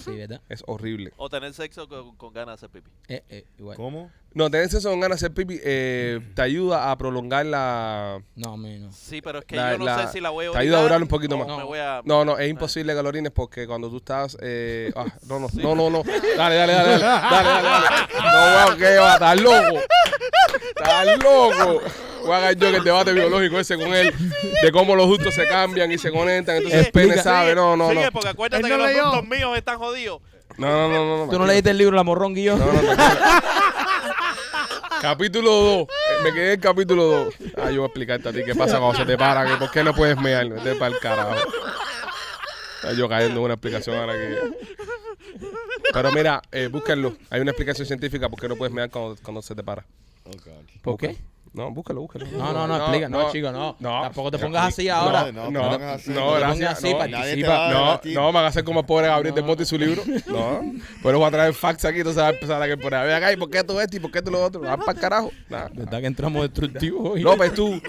Sí, ¿verdad?
Es horrible.
O tener sexo con, con ganas de hacer pipí.
Eh, eh, igual.
¿Cómo?
No, tener sexo con ganas de hacer pipi eh, te ayuda a prolongar la...
No, a mí no.
Sí, pero es que
La-
yo no
la-
sé si la voy a
te ayuda a
orinar
durar un poquito
o
más.
me voy a-
No, no, es imposible que lo orines porque cuando tú estás... eh, ah, no, no, no, no, no. Dale, dale, dale. Dale, dale, dale. dale. No, wow, que va, estás loco. Estás loco. Voy a hacer yo que el debate biológico ese con él, de cómo los justos se cambian y se conectan, entonces el pene
Explica.
sabe, no, no, no.
Sigue, porque acuérdate
Él
que
no
los
leyó.
gustos míos están jodidos.
No, no, no, no.
¿Tú no
tranquilo.
leíste el libro La Morrón Guillón?
No, no, tranquilo. capítulo 2. Me quedé en el capítulo 2. Ah, yo voy a explicarte a ti qué pasa cuando se te para. Que, ¿Por qué no puedes mear? Vete para el carajo. Está yo cayendo en una explicación ahora que. Pero mira, eh, búsquenlo. Hay una explicación científica por qué no puedes mear cuando, cuando se te para.
Oh, God.
¿Por qué?
No, búscalo, búscalo.
No, no, no, explica. No, chico, no. Tampoco te pongas así ahora.
No,
No, no,
no, no,
no,
así, no te
pongas
gracias.
así,
no.
participa.
Nadie te va a
No,
debatir.
no, van a hacer como el pobre Gabriel del Monte y su libro. No, pero voy a traer fax aquí, entonces va a empezar a que por ahí, ve acá, ¿y por qué tú esto y por qué tú lo otro? Van para el carajo. Nah, nah.
¿Verdad que entramos destructivos hoy?
López, pues tú.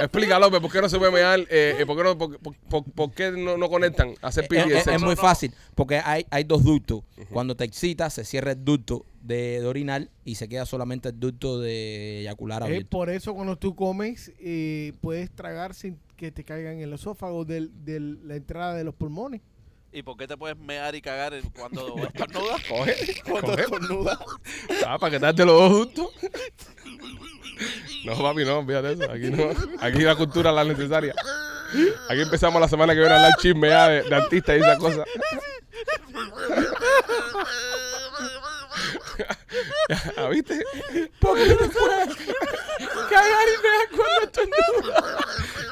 Explica, López, ¿por qué no se puede mear? Eh, eh, ¿Por qué no, por, por- por- por qué no, no conectan a hacer pipi
Es,
y el
es- Eh, es
sexo?
muy fácil, porque hay, hay dos ductos. Cuando te excitas, se cierra el ducto de, de orinal y se queda solamente el ducto de eyacular
Es
abierto.
por eso cuando tú comes, eh, puedes tragar sin que te caigan en el esófago de la entrada de los pulmones.
¿Y por qué te puedes mear y cagar en- cuando estornudas?
Coge,
Cuando
coge.
estornuda.
Ah, para que darte los dos juntos. No, papi, no, fíjate eso. Aquí no. Aquí la cultura es la necesaria. Aquí empezamos la semana que viene a hablar chisme ya de, de artistas y esas cosas. ¿Ah, ¿Viste?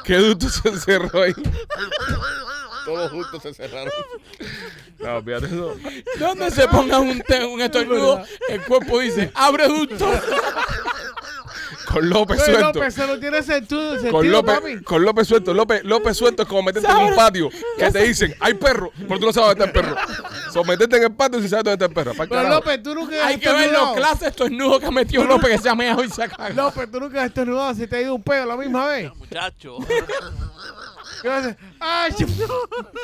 ¿Qué ducto se encerró ahí?
Todos juntos se cerraron.
No, fíjate eso.
Donde se ponga un, te- un estornudo, el cuerpo dice, abre ducto.
Con López Pues
Pero
suelto.
López, eso no tiene sentido,
Con
sentido, papi.
López, con López suelto. López, López suelto es como meterte en un patio. Que te dicen, hay perro. Pero tú no sabes dónde está el perro. So, meterte en el patio si sabes dónde está el perro. Pa'l
Pero
carajo.
López, tú nunca has
Hay que ver los
estornudado.
clases estornudos que ha metido López que se ha meado y se ha cagado.
López, tú nunca has estornudado, se te ha ido un pedo la misma vez.
Muchacho.
¿Qué vas a hacer? ¡Ay,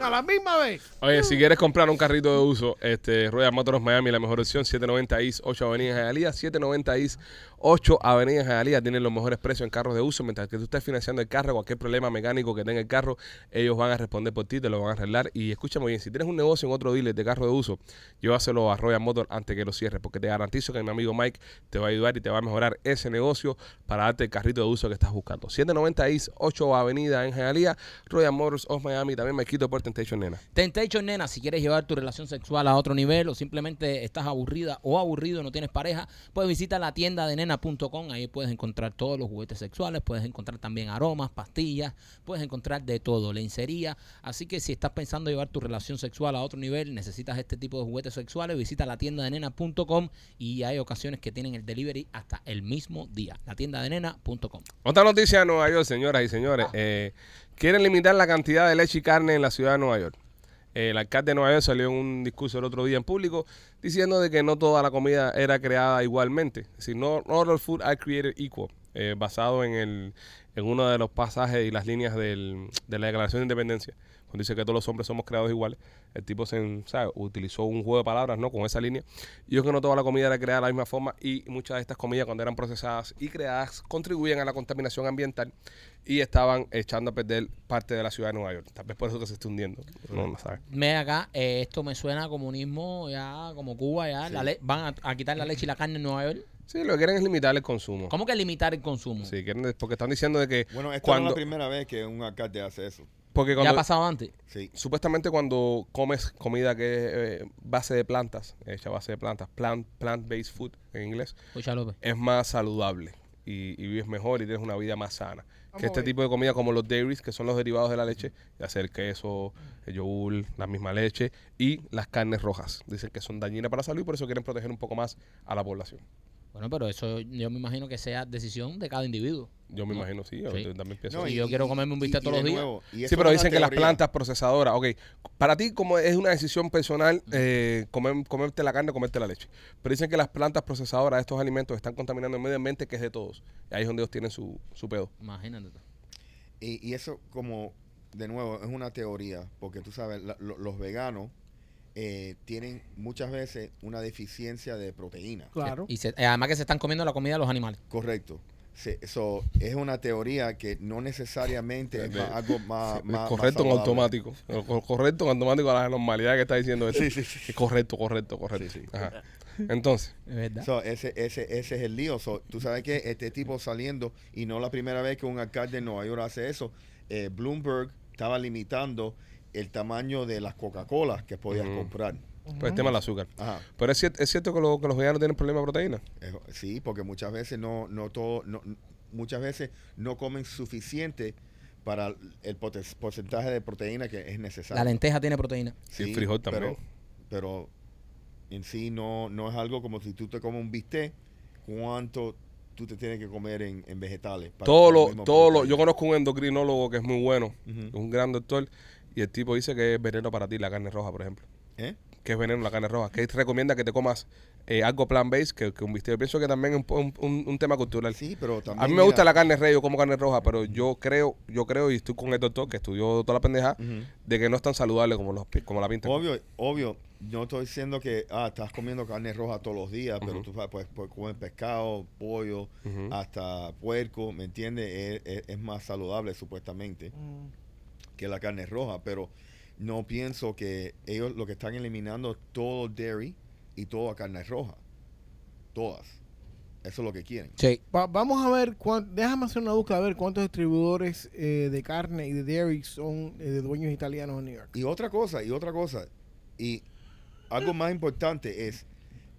a la misma vez!
Oye, si quieres comprar un carrito de uso, este, Royal Motors Miami, la mejor opción, 790 is 8 Avenidas Jalía, 790 is 8 Avenidas Jalía, tienen los mejores precios en carros de uso, mientras que tú estés financiando el carro, cualquier problema mecánico que tenga el carro, ellos van a responder por ti, te lo van a arreglar, y escúchame bien, si tienes un negocio en otro dealer de carro de uso, llévaselo a Royal Motors antes que lo cierres, porque te garantizo que mi amigo Mike te va a ayudar y te va a mejorar ese negocio para darte el carrito de uso que estás buscando. 790 is 8 Avenida en Jalía, Royal Motors of Miami, también me quito por Temptation, nena.
Temptation, nena, si quieres llevar tu relación sexual a otro nivel o simplemente estás aburrida o aburrido, no tienes pareja, pues visita la tienda de nena.com. Ahí puedes encontrar todos los juguetes sexuales, puedes encontrar también aromas, pastillas, puedes encontrar de todo, lencería. Así que si estás pensando llevar tu relación sexual a otro nivel, necesitas este tipo de juguetes sexuales, visita la tienda de nena.com y hay ocasiones que tienen el delivery hasta el mismo día. La tienda de nena.com.
Otra noticia de Nueva York, señoras y señores. Eh, quieren limitar la cantidad de leche y carne en la ciudad de Nueva York. Eh, el alcalde de Nueva York salió en un discurso el otro día en público diciendo de que no toda la comida era creada igualmente. Es decir, no not all food are created equal. eh, basado en, el, en uno de los pasajes y las líneas del- de la Declaración de Independencia, cuando dice que todos los hombres somos creados iguales, el tipo se, en- ¿sabe? utilizó un juego de palabras no con esa línea. Y es que no toda la comida era creada de la misma forma y muchas de estas comidas cuando eran procesadas y creadas contribuían a la contaminación ambiental y estaban echando a perder parte de la ciudad de Nueva York. Tal vez por eso que se está hundiendo. No, no sabe.
Me acá, eh, esto me suena a comunismo, ya como Cuba, ya. la le- van a, a quitar la leche y la carne en Nueva York.
Sí, lo que quieren es limitar el consumo.
¿Cómo que limitar el consumo?
Oh. Sí, quieren, porque están diciendo de que
Bueno, esta no
cuando,
es la primera vez que un alcalde hace eso.
porque
Ya ha
cuando
pasado antes.
Sí.
supuestamente cuando comes comida que es eh, base de plantas, hecha a base de plantas, plant plant based food en inglés,
Escucha, López.
es más saludable. y, y vives mejor y tienes una vida más sana.
Vamos
Que
a
este
ver.
tipo de comida como los dairies, que son los derivados de la leche, de hacer queso, el yogur, la misma leche y las carnes rojas. Dicen que son dañinas para la salud y por eso quieren proteger un poco más a la población.
Bueno, pero eso yo me imagino que sea decisión de cada individuo.
Yo
Mm.
me imagino, sí, yo también pienso.
No,
que-
y yo quiero comerme un bistec todos los
de
días.
y
Sí,
eso
pero
no es
dicen que las
teoría.
plantas procesadoras, ok, para ti como es una decisión personal eh, comer- comerte la carne o comerte la leche, pero dicen que las plantas procesadoras de estos alimentos están contaminando el medio ambiente que es de todos, ahí es donde ellos tienen su, su pedo.
Imagínate. tú.
Y, y eso como, de nuevo, es una teoría, porque tú sabes, la- lo- los veganos eh, tienen muchas veces una deficiencia de proteína.
Claro.
Y se- eh, además que se están comiendo la comida de los animales.
Correcto. Se- Eso es una teoría que no necesariamente es
De-
ma- algo Ah, más...
Es
más- más
correcto en
saludable.
automático, eh, co- correcto en automático a la normalidad que está diciendo eso.
Sí, sí, sí.
Es Correcto, correcto, correcto.
Sí, sí.
Ajá. Entonces,
Es verdad.
So, ese, ese, ese es el lío. So, tú sabes que este tipo saliendo, y no la primera vez que un alcalde de Nueva York hace eso, eh, Bloomberg estaba limitando el tamaño de las Coca-Colas que podías
Ujú.
comprar.
pues el tema del azúcar.
Ajá.
Pero es cierto, es cierto que, lo- que los veganos tienen problemas de proteína.
Eh, Sí, porque muchas veces no, no todo, no- muchas veces no comen suficiente para el pote- porcentaje de proteína que es necesario.
La lenteja tiene proteína.
Y el frijol también.
Pero, pero en sí no, no es algo como si tú te comes un bistec, cuánto tú te tienes que comer en, en vegetales. para-
Todo
para la
lo,
misma
todo lo- yo
proteína.
conozco un endocrinólogo que es muy bueno,
Ujú.
un gran doctor, y el tipo dice que es veneno para ti la carne roja, por ejemplo.
¿Eh?
que es veneno la carne roja, que recomienda que te comas eh, algo plant-based que, que un bistec. Yo pienso que también es un, po- un- un- un tema cultural.
Sí, pero también.
a mí me
mira,
gusta la carne rey, yo como carne roja, pero yo creo, yo creo y estoy con el doctor que estudió toda la pendeja,
Ujú.
de que no es tan saludable como, los, pi- como la pinta.
Obvio, obvio, no estoy diciendo que ah, estás comiendo carne roja todos los días, pero
Ujú.
tú sabes, puedes, puedes comer pescado, pollo, hasta puerco, ¿me entiendes? Es, es- es más saludable supuestamente
Mm.
que la carne roja, pero no pienso que ellos lo que están eliminando todo dairy y toda carne roja. Todas. Eso es lo que quieren.
Sí.
Va- vamos a ver, cuán- déjame hacer una búsqueda a ver cuántos distribuidores eh, de carne y de dairy son eh, de dueños italianos en New York.
Y otra cosa, y otra cosa, y algo más importante es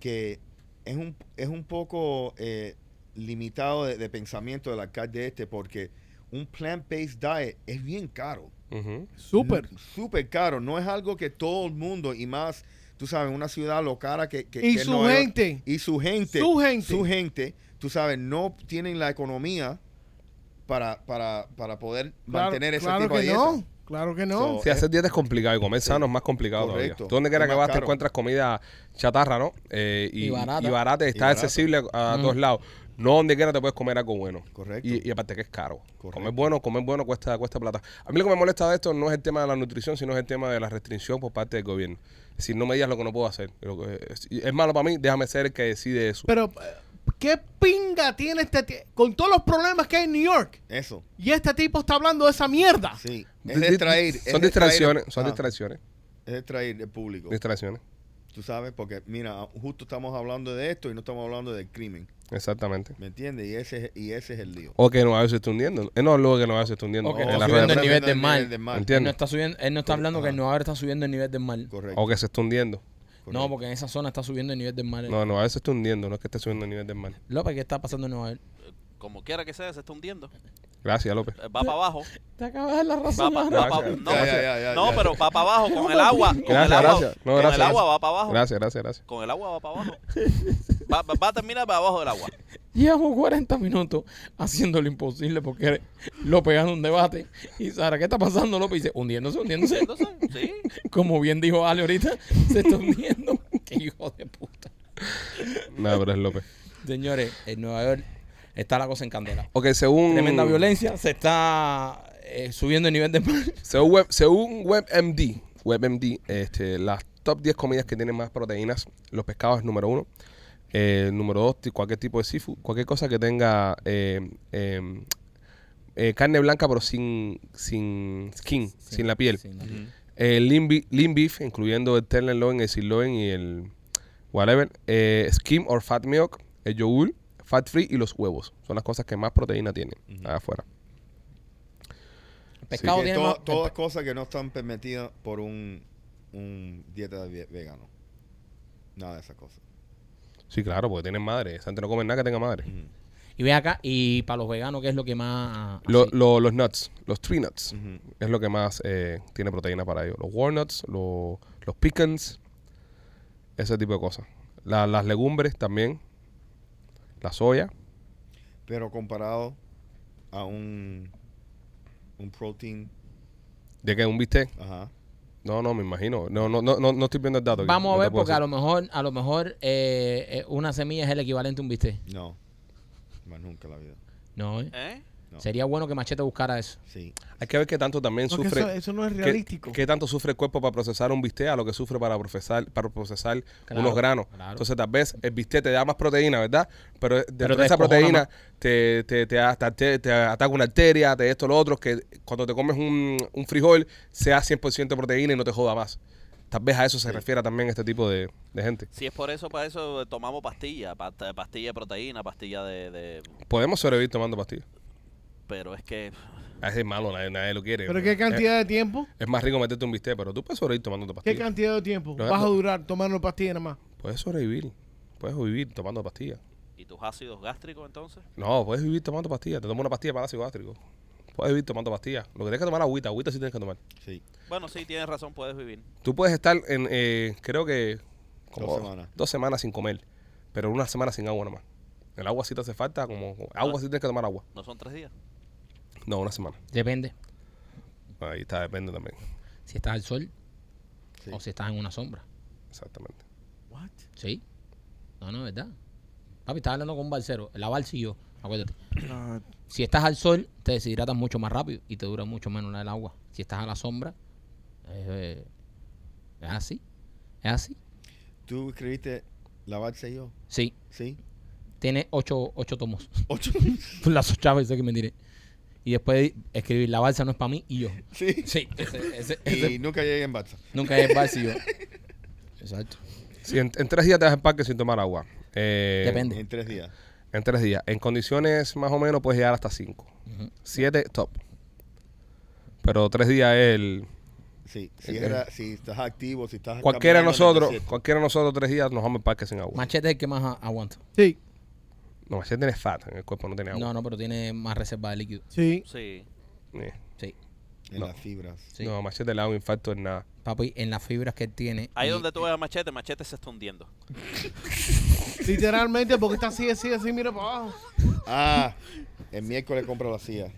que es un, es un poco eh, limitado de, de pensamiento del alcalde este porque un plant-based diet es bien caro.
Ujú.
Súper.
N- Súper caro. No es algo que todo el mundo y más, tú sabes, una ciudad lo cara que... que-
Y
que
su
Nueva York-
gente.
Y su gente.
Su gente.
Su gente, tú sabes, no tienen la economía para, para, para poder
Claro-
mantener ese
claro
tipo
que
de dieta.
no. Claro que no.
So,
Sí, hacer dieta es complicado y comer sano es más complicado
correcto.
todavía. Tú donde quiera
Es
que
más
vas te
caro.
encuentras comida chatarra, ¿no? Eh, y,
Y barata. Mm.
y barata, está
barata.
accesible a, a todos lados. No donde quiera te puedes comer algo bueno.
Correcto.
Y, y aparte que es caro.
Correcto.
Comer bueno, comer bueno cuesta, cuesta plata. A mí lo que me molesta de esto no es el tema de la nutrición, sino es el tema de la restricción por parte del gobierno. Si no me digas lo que no puedo hacer. Lo que- es, y es malo para mí, déjame ser el que decide eso.
Pero, eh, ¿qué pinga tiene este ti- Con todos los problemas que hay en New York.
Eso.
Y este tipo está hablando de esa mierda.
Sí,
Di-
es
di-
distraer.
Ah, son distracciones, son distracciones,
distracciones. Es distraer el público.
distracciones.
Tú sabes, porque mira, justo estamos hablando de esto y no estamos hablando del crimen.
Exactamente.
¿Me entiendes? Y ese, es- y ese es el lío.
O que Nueva York se está hundiendo. Eh, no, luego que Nueva York se está hundiendo.
O que
No,
está
en las
subiendo
redes.
el nivel
subiendo
del
el
mar.
nivel del mar.
Él
Entiendo.
no está subiendo, él no está hablando que
Ajá.
el Nueva York está subiendo el nivel del mar.
Correcto.
O que se está hundiendo.
No,
correcto.
porque en esa zona está subiendo el nivel del mar.
No, Nueva York se está hundiendo, no es que esté subiendo el nivel del mar.
López, ¿qué está pasando en Nueva York?
Como quiera que sea, se está hundiendo.
Gracias, López.
Eh, Va para abajo.
Te acabas de la
Va
razón.
pa-
ahora.
va pa-
Gracias.
no,
Ya, ya, ya, ya,
no,
ya.
pero va para abajo con el agua. Con el
Gracias,
agua,
gracias. No,
con
gracias,
el agua
gracias.
va para abajo.
Gracias, gracias, gracias.
Con el agua va para abajo. Va, va- va a terminar para abajo del agua.
Llevamos 40 minutos haciendo lo imposible porque López gana un debate. Y Sara, ¿qué está pasando, López? Dice, hundiéndose, hundiéndose.
Entonces, sí.
Como bien dijo Ale ahorita, se está hundiendo. Qué hijo de puta.
No, pero es López.
Señores, en Nueva York está la cosa en candela.
Ok, según.
Tremenda violencia, se está eh, subiendo el nivel de mar.
Según, Web- según WebMD, WebMD este, las top 10 comidas que tienen más proteínas, los pescados es número uno. Eh, número dos, ti- cualquier tipo de seafood, cualquier cosa que tenga eh, eh, eh, carne blanca, pero sin, sin skin, sin la piel.
Sin la piel.
El lean, be- lean beef, incluyendo el tenderloin, el sirloin y el whatever. Eh, skim or fat milk, el yogur, fat free y los huevos. Son las cosas que más proteína tienen allá afuera.
El pescado
Que
tiene
to-
más- el
todas cosas que no están permitidas por un, un dieta de ve- vegano. Nada de esas cosas.
Sí, claro, porque tienen madre. Esa gente no come nada que tenga madre.
Y ven acá, y para los veganos, ¿qué es lo que más...
Lo-
así?
lo- los nuts, los tree nuts, es lo que más eh, tiene proteína para ellos. Los walnuts, lo- los pecans, ese tipo de cosas. La- las legumbres también, la soya.
Pero comparado a un, un protein,
¿De que ¿Un bistec?
ajá.
No, no, me imagino. No, no, no, no, no estoy viendo el dato. aquí.
Vamos
No
a
te
ver,
puedo
porque a lo
decir.
mejor, a lo mejor eh, eh, una semilla es el equivalente a un bistec.
No. Más nunca en la vida.
No, ¿eh?
¿Eh?
No.
Sería bueno que Machete buscara eso.
Sí.
Hay que ver qué tanto también
No, que
sufre.
eso, eso no es
qué-
realístico.
Qué, tanto sufre el cuerpo para procesar un bistec a lo que sufre para procesar, para procesar
Claro,
unos granos.
claro.
Entonces, tal vez el bistec te da más proteína, ¿verdad? Pero eh, dentro
Pero te
de esa
descojona
proteína te, te, te, hasta- te- te ataca una arteria, te esto, lo otro, que cuando te comes un, un frijol sea 100% proteína y no te joda más. Tal vez a eso se refiere también este tipo de, de gente.
Si es por eso, para eso eh, tomamos pastilla, pasta- pastilla de proteína, pastilla de, de-
Podemos sobrevivir tomando pastillas.
Pero es que
Ah, ese Es malo, nadie, nadie lo quiere.
¿Pero qué
Es-
cantidad de tiempo?
Es más rico meterte un bistec, pero tú puedes sobrevivir tomando
¿Qué
pastillas.
cantidad de tiempo?
No,
Vas a
no.
durar tomando pastillas nada más.
Puedes sobrevivir. Puedes vivir tomando pastillas.
¿Y tus ácidos gástricos entonces?
No, puedes vivir tomando pastillas. Te tomo una pastilla para ácido gástrico. Puedes vivir tomando pastillas. Lo que tienes que tomar es agüita. Agüita sí tienes que tomar.
Sí.
Bueno, sí, tienes razón, puedes vivir.
Tú puedes estar en, eh, creo que... Como
Dos semanas.
dos semanas sin comer. Pero una semana sin agua nada más. El agua sí te hace falta como... Agua sí tienes que tomar agua.
No son tres días.
No, una semana.
Depende.
Ahí está, depende también.
Si estás al sol
Sí.
o si estás en una sombra.
Exactamente.
¿Sí? No, no, es verdad. Papi, estaba hablando con un balcero. La balsa y yo, acuérdate. Si estás al sol, te deshidratas mucho más rápido y te dura mucho menos la del agua. Si estás a la sombra, eh, es así. Es así.
¿Tú escribiste lavarse yo?
Sí,
Sí.
tiene ocho, ocho tomos.
Ocho.
Las ocho veces que me diré. Y después escribir, la balsa no es para mí y yo.
sí.
Sí, ese- ese- ese-
Y nunca llegué en Barça.
nunca es balsa y yo. Exacto.
Si en, en tres días te vas al parque sin tomar agua. eh,
Depende.
En tres días.
En tres días. En condiciones más o menos puedes llegar hasta cinco. Siete, top. Pero tres días es el...
Sí. Si, era, si estás activo, si estás.
Cualquiera de
caminando en el
nosotros,
desierto.
cualquiera de nosotros tres días nos vamos al parque sin agua.
Machete es el que más a- aguanta.
Sí,
No, Machete tiene fat en el cuerpo, no tiene agua.
No, no, pero tiene más reserva de líquido.
sí.
Sí.
Eh,
Sí,
En
No.
las fibras.
sí.
No, Machete le da un infarto en nada.
Papi, en las fibras que él tiene.
Ahí
y-
donde tú ves a Machete, Machete se está hundiendo.
Literalmente, porque está así, así, así, mira para abajo.
Ah, el miércoles compro la silla.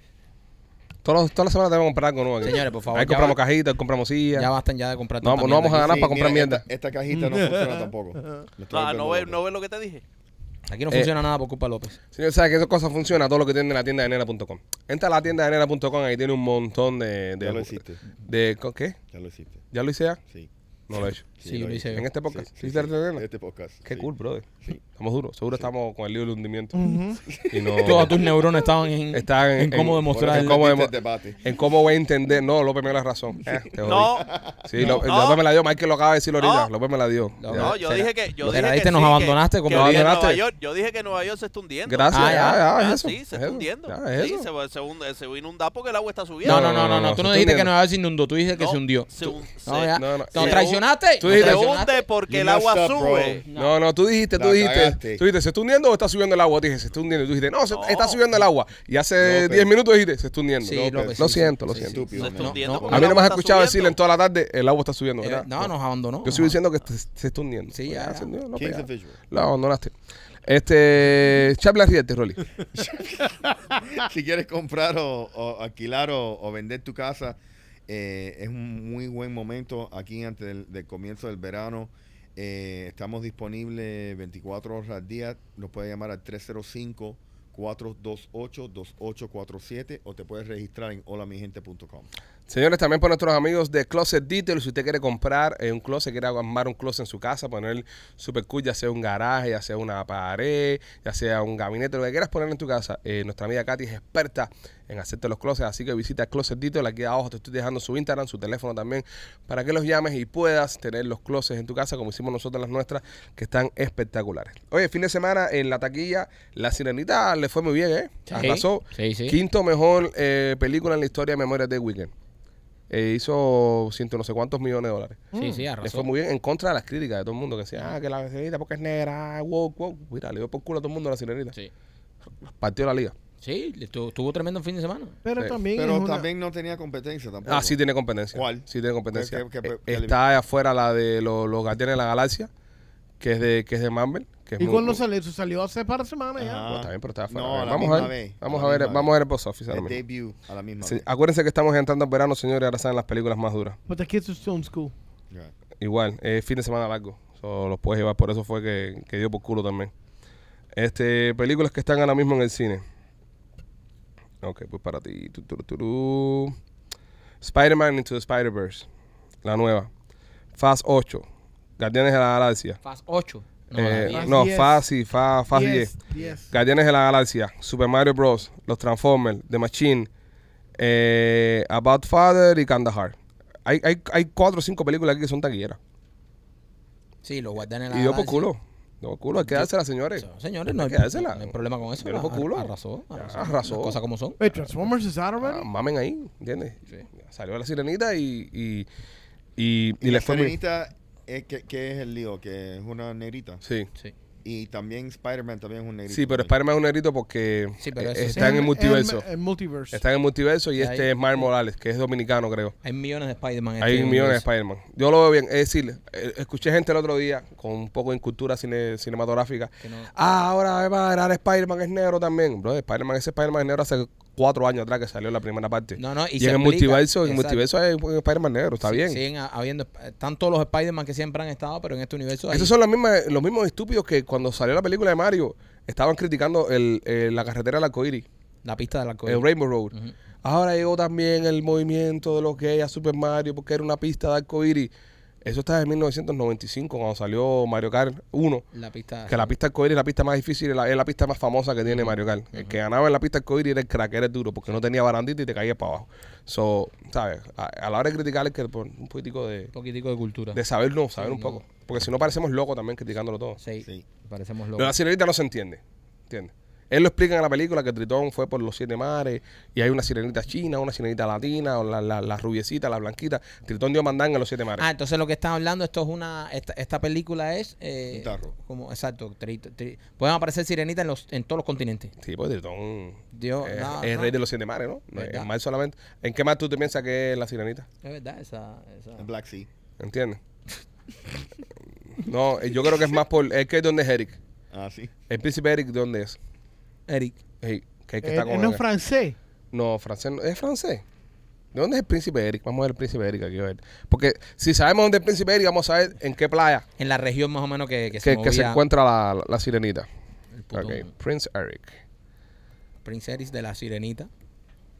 Todas las, todas las semanas debemos comprar algo nuevo. aquí.
Señores, por favor,
Ahí
ya
compramos
va-
cajitas, compramos sillas.
Ya bastan ya de comprar
No,
tanta
vamos- no
mierda
vamos a
aquí.
ganar para comprar
mira,
mierda.
Esta, esta cajita no funciona tampoco. Me estoy
Ah,
volviendo
No, no ves
loco.
no ve lo que te dije.
Aquí no
Eh.
funciona nada por culpa de López.
Señor, ¿sabe que esa cosa funciona? Todo lo que tiene en la tienda de nena.com. Entra a la tienda de nena.com, ahí tiene un montón de... de
Ya lo hiciste.
de- ¿con ¿Qué?
Ya lo hiciste.
¿Ya lo hice ya?
Sí.
No lo he hecho.
Sí, lo hice.
¿En este podcast?
Sí,
¿Sí,
sí,
hiciste
sí.
la nena?
Este podcast.
Qué
sí.
cool, brother. Estamos duros. Seguro estamos con el libro de hundimiento. Y
Todos
no...
tus neuronas estaban en,
Están en-
en cómo
en-
demostrar.
Por
el-
eso
cómo
existe
demo-
el debate.
En cómo voy a entender. No, López me dio la razón. Eh, te jodí.
No,
Sí, Lo-
No.
López me la dio. Michael lo acaba de decir ahorita.
No.
López me la dio.
No,
Ya.
no, yo
será-
dije que. Yo
será-
dije
ahí
que
te nos
sí, que-
abandonaste como
que dije que
abandonaste.
Nueva York- yo dije que Nueva York se está hundiendo.
Gracias.
Ah, ya,
ya, ya,
Ah,
eso,
sí, se
es
está
eso,
hundiendo.
ya, es
sí,
eso.
se, va- se, hunde- se va a inundar porque el agua está subiendo.
No, no, no, no, no. Tú no
Estoy
dijiste que
viendo.
no había inundó. Tú dijiste que
No,
se hundió.
se
Tú-
hun-
no,
se-
ya.
No, no,
¿Nos
se-
traicionaste?
tú
¿Nos
dijiste-
Se
traicionaste?
hunde porque
You
el agua
messed up, bro.
sube.
No, no, tú dijiste, tú
La
dijiste,
cagaste.
tú dijiste, ¿se está hundiendo o está subiendo el agua? Te dije, se está hundiendo. Y tú dijiste, no, se-
No.
está subiendo el agua. Y hace
López.
10 minutos dijiste, se está hundiendo.
Sí,
López.
López,
lo
sí,
siento,
sí,
lo
sí,
siento.
Estúpido.
Se está
man.
hundiendo
no,
porque
A
el
mí no me
agua
has
está
escuchado decir
subiendo.
en toda la tarde, el agua está subiendo.
Eh,
¿verdad?
No, nos abandonó.
Yo sigo diciendo que te- se está hundiendo.
Sí,
Pues
ya.
se hundió, no
King's
pega.
the visual.
Lo abandonaste. Este. Chapla Riete, Rolly.
si quieres comprar o, o alquilar o, o vender tu casa, eh, es un muy buen momento aquí antes del, del comienzo del verano. Eh, estamos disponibles 24 horas al día. Nos puedes llamar al 305-428-2847 o te puedes registrar en holamigente.com.
Señores, también para nuestros amigos de Closet Detail, si usted quiere comprar eh, un closet, quiere armar un closet en su casa, poner super cool, ya sea un garaje, ya sea una pared, ya sea un gabinete, lo que quieras poner en tu casa. Eh, nuestra amiga Katy es experta en hacerte los closets, así que visita Closet Detail, aquí abajo te estoy dejando su Instagram, su teléfono también, para que los llames y puedas tener los closets en tu casa, como hicimos nosotros las nuestras, que están espectaculares. Oye, fin de semana en la taquilla, La Sirenita le fue muy bien, ¿eh?
Sí.
Arrasó.
Sí, sí.
Quinto mejor eh, película en la historia de Memorias de Weekend. Eh, hizo ciento no sé cuántos millones de dólares.
Sí, sí,
Mm, Le
arrasó.
fue muy bien en contra de las ah, críticas de todo el mundo que decía, ah, que la sirenita porque es negra, wow, wow. Mira, le dio por culo a todo el mundo la sirenita.
Sí.
Partió la liga.
Sí, le tu- tuvo tremendo fin de semana.
Pero
Sí.
también. es
Pero
una-
también no tenía competencia tampoco.
Ah, sí tiene competencia.
¿Cuál?
Sí tiene competencia.
¿Qué- qué- qué-
Eh,
qué
Está ahí afuera la de los, los Guardianes de la Galaxia, que es de, que es de Marvel. Que es
¿Y
muy-
cuándo salió? Eso salió hace par de semanas ya.
Ajá.
Bueno, está bien, pero está afuera. Eh,
No, a la
vamos a
misma
ver.
vez,
Vamos
a
a
la
ver,
misma
vamos a
vez.
ver el box office. ahora
El
mismo.
debut a la misma
Sí, ah,
vez.
acuérdense que estamos entrando en verano, señores, ahora salen las películas más duras.
But the kids are still in school.
Right.
Igual, eh, fin de semana largo. So, los puedes llevar, por eso fue que, que dio por culo también. Este, películas que están ahora mismo en el cine. Ok, pues para ti. Tu, tu, tu, tu. Spider-Man Into the Spider-Verse. La nueva. Fast 8. Guardianes de la Galaxia.
Fast 8. No,
Eh,
la diez.
no,
Diez.
Fast, sí, Fa- Fast 10.
Yes, yes.
Guardianes de la Galaxia, Super Mario Bros., Los Transformers, The Machine, eh, About Father y Kandahar. Hay, hay, hay cuatro o cinco películas aquí que son taquilleras.
Sí, lo guardan en la
Y dio por
galaxia.
culo. Dio por culo. Hay que dárselas, señores.
No, señores, no hay,
Hay que dársela.
no hay problema con eso.
Dio por
Ar-
culo.
Arrasó. Arrasó.
Ah, arrasó.
Las cosas como son.
Wait, Transformers is out
Ah,
already?
mamen ahí, ¿entiendes? Salió la sirenita y, y, y, y
Y la
le fue bien.
sirenita, eh, ¿qué, qué es el lío? Que es una negrita.
Sí.
Sí.
Y también Spider-Man también es un negrito.
Sí, pero
también.
Spider-Man es un negrito porque
Sí, pero
eh,
eso sí.
está en el multiverso.
En, en multiverse.
Está en el multiverso y
Y ahí-
este es Miles Morales, que es dominicano, creo.
Hay millones de Spider-Man. en
Hay
este
millones de
universo.
Spider-Man. Yo lo veo bien. Es decir, eh, escuché gente el otro día con un poco de cultura cine- cinematográfica. Ah, ahora va a ganar Spider-Man, es negro también. Bro, Spider-Man, ese Spider-Man es negro hace cuatro años atrás que salió la primera parte.
No, no, y
y,
se
en el
explica-
multiverso, en el
exacto.
multiverso hay un Spider-Man negro, está
Sí,
bien.
Siguen a- habiendo. Están todos los Spider-Man que siempre han estado, pero en este universo. hay-
Esos son las mismas- los mismos estúpidos que cuando salió la película de Mario estaban criticando el, eh, la carretera del arcoíris,
La pista del arco
el Rainbow Road. Ahora llegó también el movimiento de los gays a Super Mario porque era una pista de arcoíris. Eso está en 1995 cuando salió Mario Kart 1.
La pista.
Que la pista arcoíris es la pista más difícil, y la- es la pista más famosa que tiene Mario Kart. El que ganaba en la pista arcoíris era el crack, era el duro, porque no tenía barandita y te caía para abajo. So, ¿sabes? A, a la hora de criticar es que por un poquitico de,
Un poquitico de cultura.
de saber, no, saber un poco. Porque si no parecemos locos también criticándolo todo.
Sí.
Sí.
Parecemos
Lo de la
locos.
sirenita no se entiende, ¿entiendes? Él lo explica en la película que Tritón fue por los siete mares y hay una sirenita china, una sirenita latina, o la, la, la rubiecita, la blanquita. Tritón dio mandanga en los siete mares.
Ah, entonces lo que están hablando, esto es una. Esta, esta película es. eh,
Un tarro.
Como, exacto. tri- tri- pueden aparecer sirenitas en, los, en todos los continentes.
Sí, pues Tritón
Dios,
es,
no,
es el
no.
rey de los siete mares, ¿no? No,
¿Verdad?
En mar solamente. ¿En qué mar tú te piensas que es la sirenita?
Es verdad, esa. esa-
En Black Sea.
¿Entiendes? no, eh, yo creo que es más por... Es que ¿dónde es Eric?
Ah, sí.
El príncipe Eric, ¿dónde es?
Eric.
Ey, que hay que
Eh,
estar
eh,
con
no
él.
francés.
No, francés. no- ¿Es francés? ¿De dónde es el príncipe Eric? Vamos a ver el príncipe Eric aquí. a ver. Porque si sabemos dónde es el príncipe Eric, vamos a saber en qué playa
En la región más o menos que, que
que,
se
que se
movía
encuentra la, la- la sirenita.
el putón.
Ok, Prince Eric.
Prince Eric de la sirenita.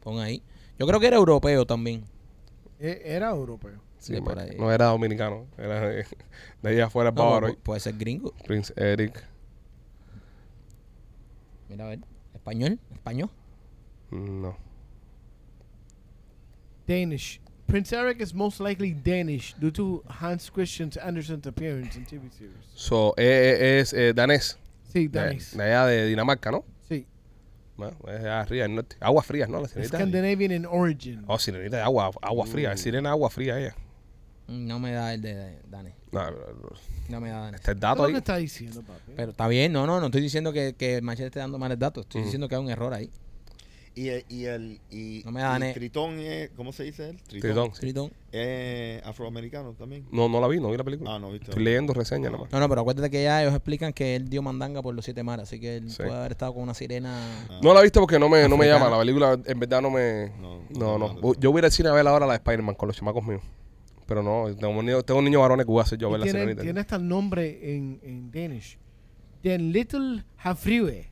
Pon ahí. Yo creo que era europeo también.
Eh, era europeo.
Sí,
De por
man.
ahí.
No era dominicano, era de, de allá afuera,
No,
bávaro.
pu- puede ser gringo.
Prince Eric.
Mira, a ver. Español. Español.
No.
Danish. Prince Eric is most likely Danish due to Hans Christian Andersen's appearance in TV series.
So, eh, eh, es eh, danés.
Sí,
De-
Danish.
De, allá de Dinamarca, ¿no?
Sí.
Bueno, es allá arriba, del norte. Aguas frías, ¿no? La sirenita.
Scandinavian in origin.
Oh, sirenita de agua, agua fría. Sirena agua fría ella.
Mm, No me da el de- de Dani.
No, pero- pero-
No me da Dani.
está el
¿Qué es
dato
lo que
ahí.
está diciendo, papi?
Pero está bien, no, no, no estoy diciendo que, que Machete esté dando malos datos. Estoy diciendo que hay un error ahí.
Y, el- y el. Y,
No me dan,
y
eh.
Tritón es. ¿Cómo se dice él?
Tritón. sí.
Tritón.
Es afroamericano también.
No, no la vi, no vi la película.
Ah, no, viste.
Estoy leyendo reseñas nada más.
No, no, pero acuérdate que ya ellos explican que él dio mandanga por los siete mares, así que él
Sí.
puede haber estado con una sirena.
Ah.
No la he visto porque no me, no me
Africana.
llama. La película en verdad no me...
No,
No,
no,
no.
no, no.
Yo voy a ir al cine a ver ahora la de Spider-Man con los chamacos míos. Pero no, tengo, niños tengo niños varones que voy a hacer yo a ver la
Y tiene,
sirenita.
tiene hasta el nombre en, en Danish. Den Little Hafriwe.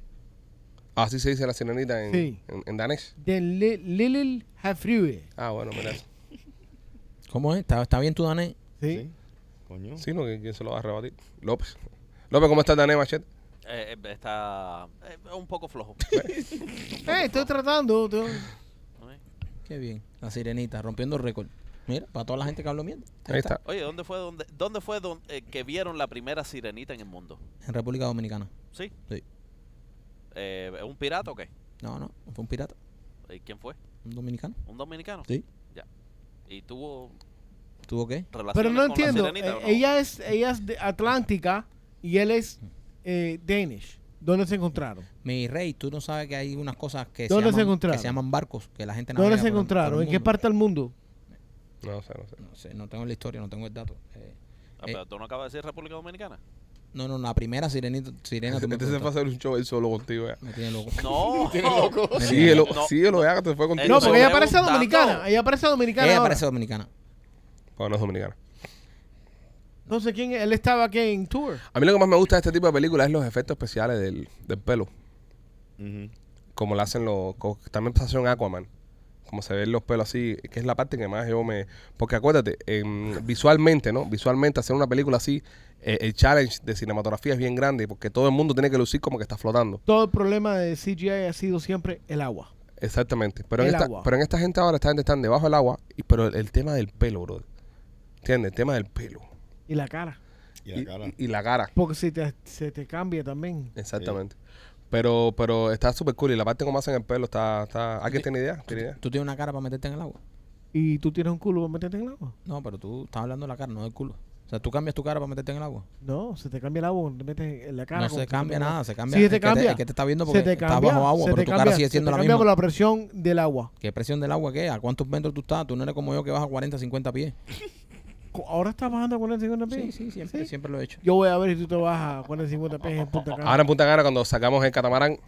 Así se Ah, dice la sirenita en,
Sí.
en, en danés.
Den li, Little Hafriwe.
Ah, bueno, mira eso.
¿Cómo es? ¿Está, está bien tu Dani?
¿Sí?
Sí. Coño.
Sí, no, ¿quién quién se lo va a rebatir? López. López, ¿cómo estás, Dané Machete?
Eh, eh, está eh, un poco flojo.
Eh, estoy tratando. estoy-
Qué bien. La sirenita, rompiendo récord. Mira, para toda la gente que habló mierda.
Ahí está.
Oye, ¿dónde fue donde, dónde fue don- eh, que vieron la primera sirenita en el mundo?
En República Dominicana.
¿Sí?
Sí.
Eh, ¿Un pirata o qué?
No, no, fue un pirata,
Eh, ¿Quién fue?
un dominicano.
¿Un dominicano?
Sí.
Ya. ¿Y tuvo
¿Tuvo qué?
relaciones
Pero no
con la
entiendo. E,
sirenita o
eh,
no?
Ella es ella es de atlántica y él es eh, Danish. ¿Dónde se encontraron?
Mi rey, tú no sabes que hay unas cosas que, se
¿Dónde se
llaman,
encontraron?
que se llaman barcos, que la gente
¿Dónde
navega
se
por el- por el
encontraron? ¿En qué
mundo?
parte del mundo?
No sé, no sé.
No sé, no tengo la historia, no tengo el dato. Eh,
Ah, pero tú no acabas de decir República Dominicana.
no, no, la primera sirenita, sirena. tú me
Este se fue a
preguntaste.
hacer un show él solo contigo ya.
Me tiene loco.
No,
Me tiene
Síguelo,
No.
síguelo ya que te fue
Eh,
contigo.
No, porque ella
preguntando.
parece dominicana. Ella parece dominicana.
Ella
ahora.
parece dominicana.
Bueno, no es dominicana.
Entonces, ¿quién? Él estaba aquí en tour.
A mí lo que más me gusta de este tipo de películas es los efectos especiales del, del pelo.
Ujú.
Como lo hacen los. co- También pasó en Aquaman. Como se ven los pelos así, que es la parte que más yo me. Porque acuérdate, em, visualmente, ¿no? Visualmente, hacer una película así, eh, el challenge de cinematografía es bien grande, porque todo el mundo tiene que lucir como que está flotando.
Todo el problema de CGI ha sido siempre el agua.
Exactamente. Pero en,
El
esta,
agua.
pero en esta gente ahora, esta gente están debajo del agua, y, pero el, el tema del pelo, bro. ¿Entiendes? El tema del pelo.
Y la cara.
Y la cara.
y la cara.
Porque se te, se te cambia también.
Exactamente. Pero, pero está súper cool. Y la parte como hacen el pelo está, está. ¿Alguien tiene idea? ¿Tiene idea?
¿Tú tienes una cara para meterte en el agua?
Y tú tienes un culo para meterte en el agua.
No, pero tú estás hablando de la cara, no del culo. O sea, tú cambias tu cara para meterte en el agua.
No, se te cambia el agua cuando te metes en la cara.
no
cuando
se
te
cambia
metes en el agua.
nada, se cambia. el
Sí, se te
que te-
cambia.
el que te está viendo
Se
porque
te
está
cambia,
bajo agua,
se
pero
te
tu cara
cambia,
sigue
se
siendo
te
la
cambia con
misma.
la presión del agua.
¿Qué presión del agua qué? ¿A cuántos metros tú estás? Tú no eres como yo que baja 40, 50 pies.
Co- Ahora estás bajando a 40 pies.
Sí, sí, siempre, siempre lo he hecho.
Yo voy a ver si tú te bajas a 40 pies en Punta Cana.
Ahora en Punta Gana, cuando sacamos el catamarán,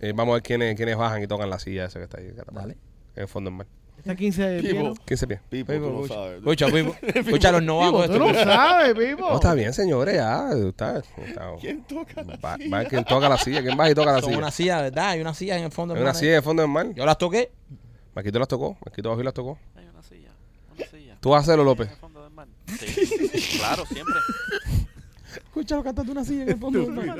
eh, vamos a ver quiénes, quiénes bajan y tocan la silla esa que está ahí. El catamarán.
Dale.
En el fondo del mar.
Está 15 de pie. ¿no?
15 pies.
Pipo, tú no sabes.
Escucha, Pipo. Escucha, los no vamos.
Tú no sabes, Pipo.
No, está bien, señores, ya. Está, está-
¿Quién toca la
va,
silla?
va quien toca la silla. ¿Quién baja y toca la
Son
silla?
una silla, ¿verdad? Hay una silla en el fondo.
Hay
del
una
mar,
silla en
¿eh?
el fondo del mar.
Yo las toqué.
Maquito las tocó. Maquito Bajo las tocó.
Hay una silla, una silla.
Tú vas a hacerlo,
En
López.
el fondo del mar. Sí, claro, siempre.
Escucha, lo cantaste una silla en el fondo del mar.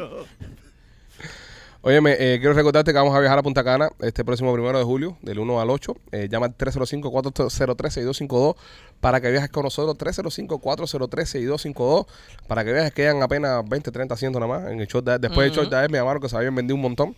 Óyeme, eh, quiero recordarte que vamos a viajar a Punta Cana este próximo primero de julio, del 1 al 8. Eh, llama al 305-403-6252 para que viajes con nosotros. 305-403-6252 para que viajes. Quedan apenas 20, 30 asientos nada más en el short de- Después del short de Aed me llamaron que se habían vendido un montón.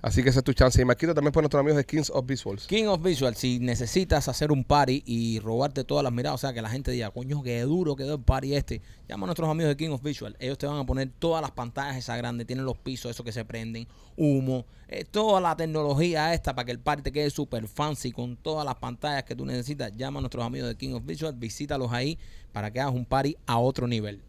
Así que esa es tu chance. Y Marquito también por nuestros amigos de Skins of Visuals.
King of Visual, si necesitas hacer un party y robarte todas las miradas, o sea, que la gente diga, coño, qué duro quedó el party este, llama a nuestros amigos de King of Visual. Ellos te van a poner todas las pantallas esas grandes, tienen los pisos esos que se prenden, humo, eh, toda la tecnología esta para que el party te quede súper fancy con todas las pantallas que tú necesitas. Llama a nuestros amigos de King of Visual, visítalos ahí para que hagas un party a otro nivel.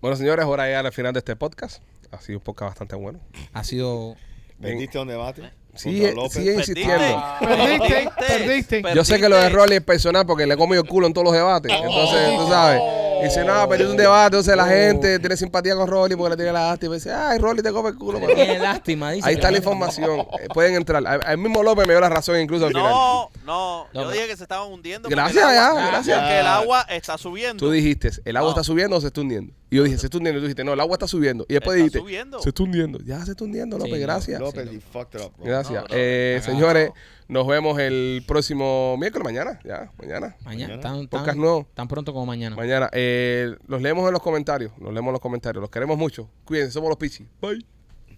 Bueno, señores, ahora ya al final de este podcast. Ha sido un podcast bastante bueno.
Ha sido...
¿Perdiste un debate?
Sigue,
Contra López.
sigue insistiendo.
Perdiste, perdiste.
Yo sé que lo de Rolly es personal porque le come el culo en todos los debates.
Oh.
Entonces, tú sabes. Dice, no, pero es un debate. Entonces, la gente tiene simpatía con Rolly porque le tiene la lástima. Y dice, ay, Rolly te come el culo. pero-
Qué lástima, dice.
Ahí está la
Pero-
información. Eh, Pueden entrar. Al al mismo López me dio la razón incluso al final.
No,
No,
no, yo
pero-
dije que se estaban hundiendo.
Gracias,
porque el
ya,
agua-
gracias.
Porque el agua está subiendo.
Tú dijiste, ¿el agua
No.
está subiendo o se está hundiendo? Y yo dije, se está hundiendo. Y tú dijiste, no, el agua está subiendo. Y después
Está
dijiste,
subiendo.
se está hundiendo. Ya se está hundiendo, López,
Sí,
gracias.
López, you fucked it up, bro.
Gracias.
No, no, no.
Eh, señores, nos vemos el próximo miércoles, mañana. Ya, mañana.
Mañana, tan,
Podcast
tan-
nuevo.
tan pronto como mañana.
Mañana. Eh, los leemos en los comentarios. Los leemos en los comentarios. Los queremos mucho. Cuídense, somos los Pichis. Bye.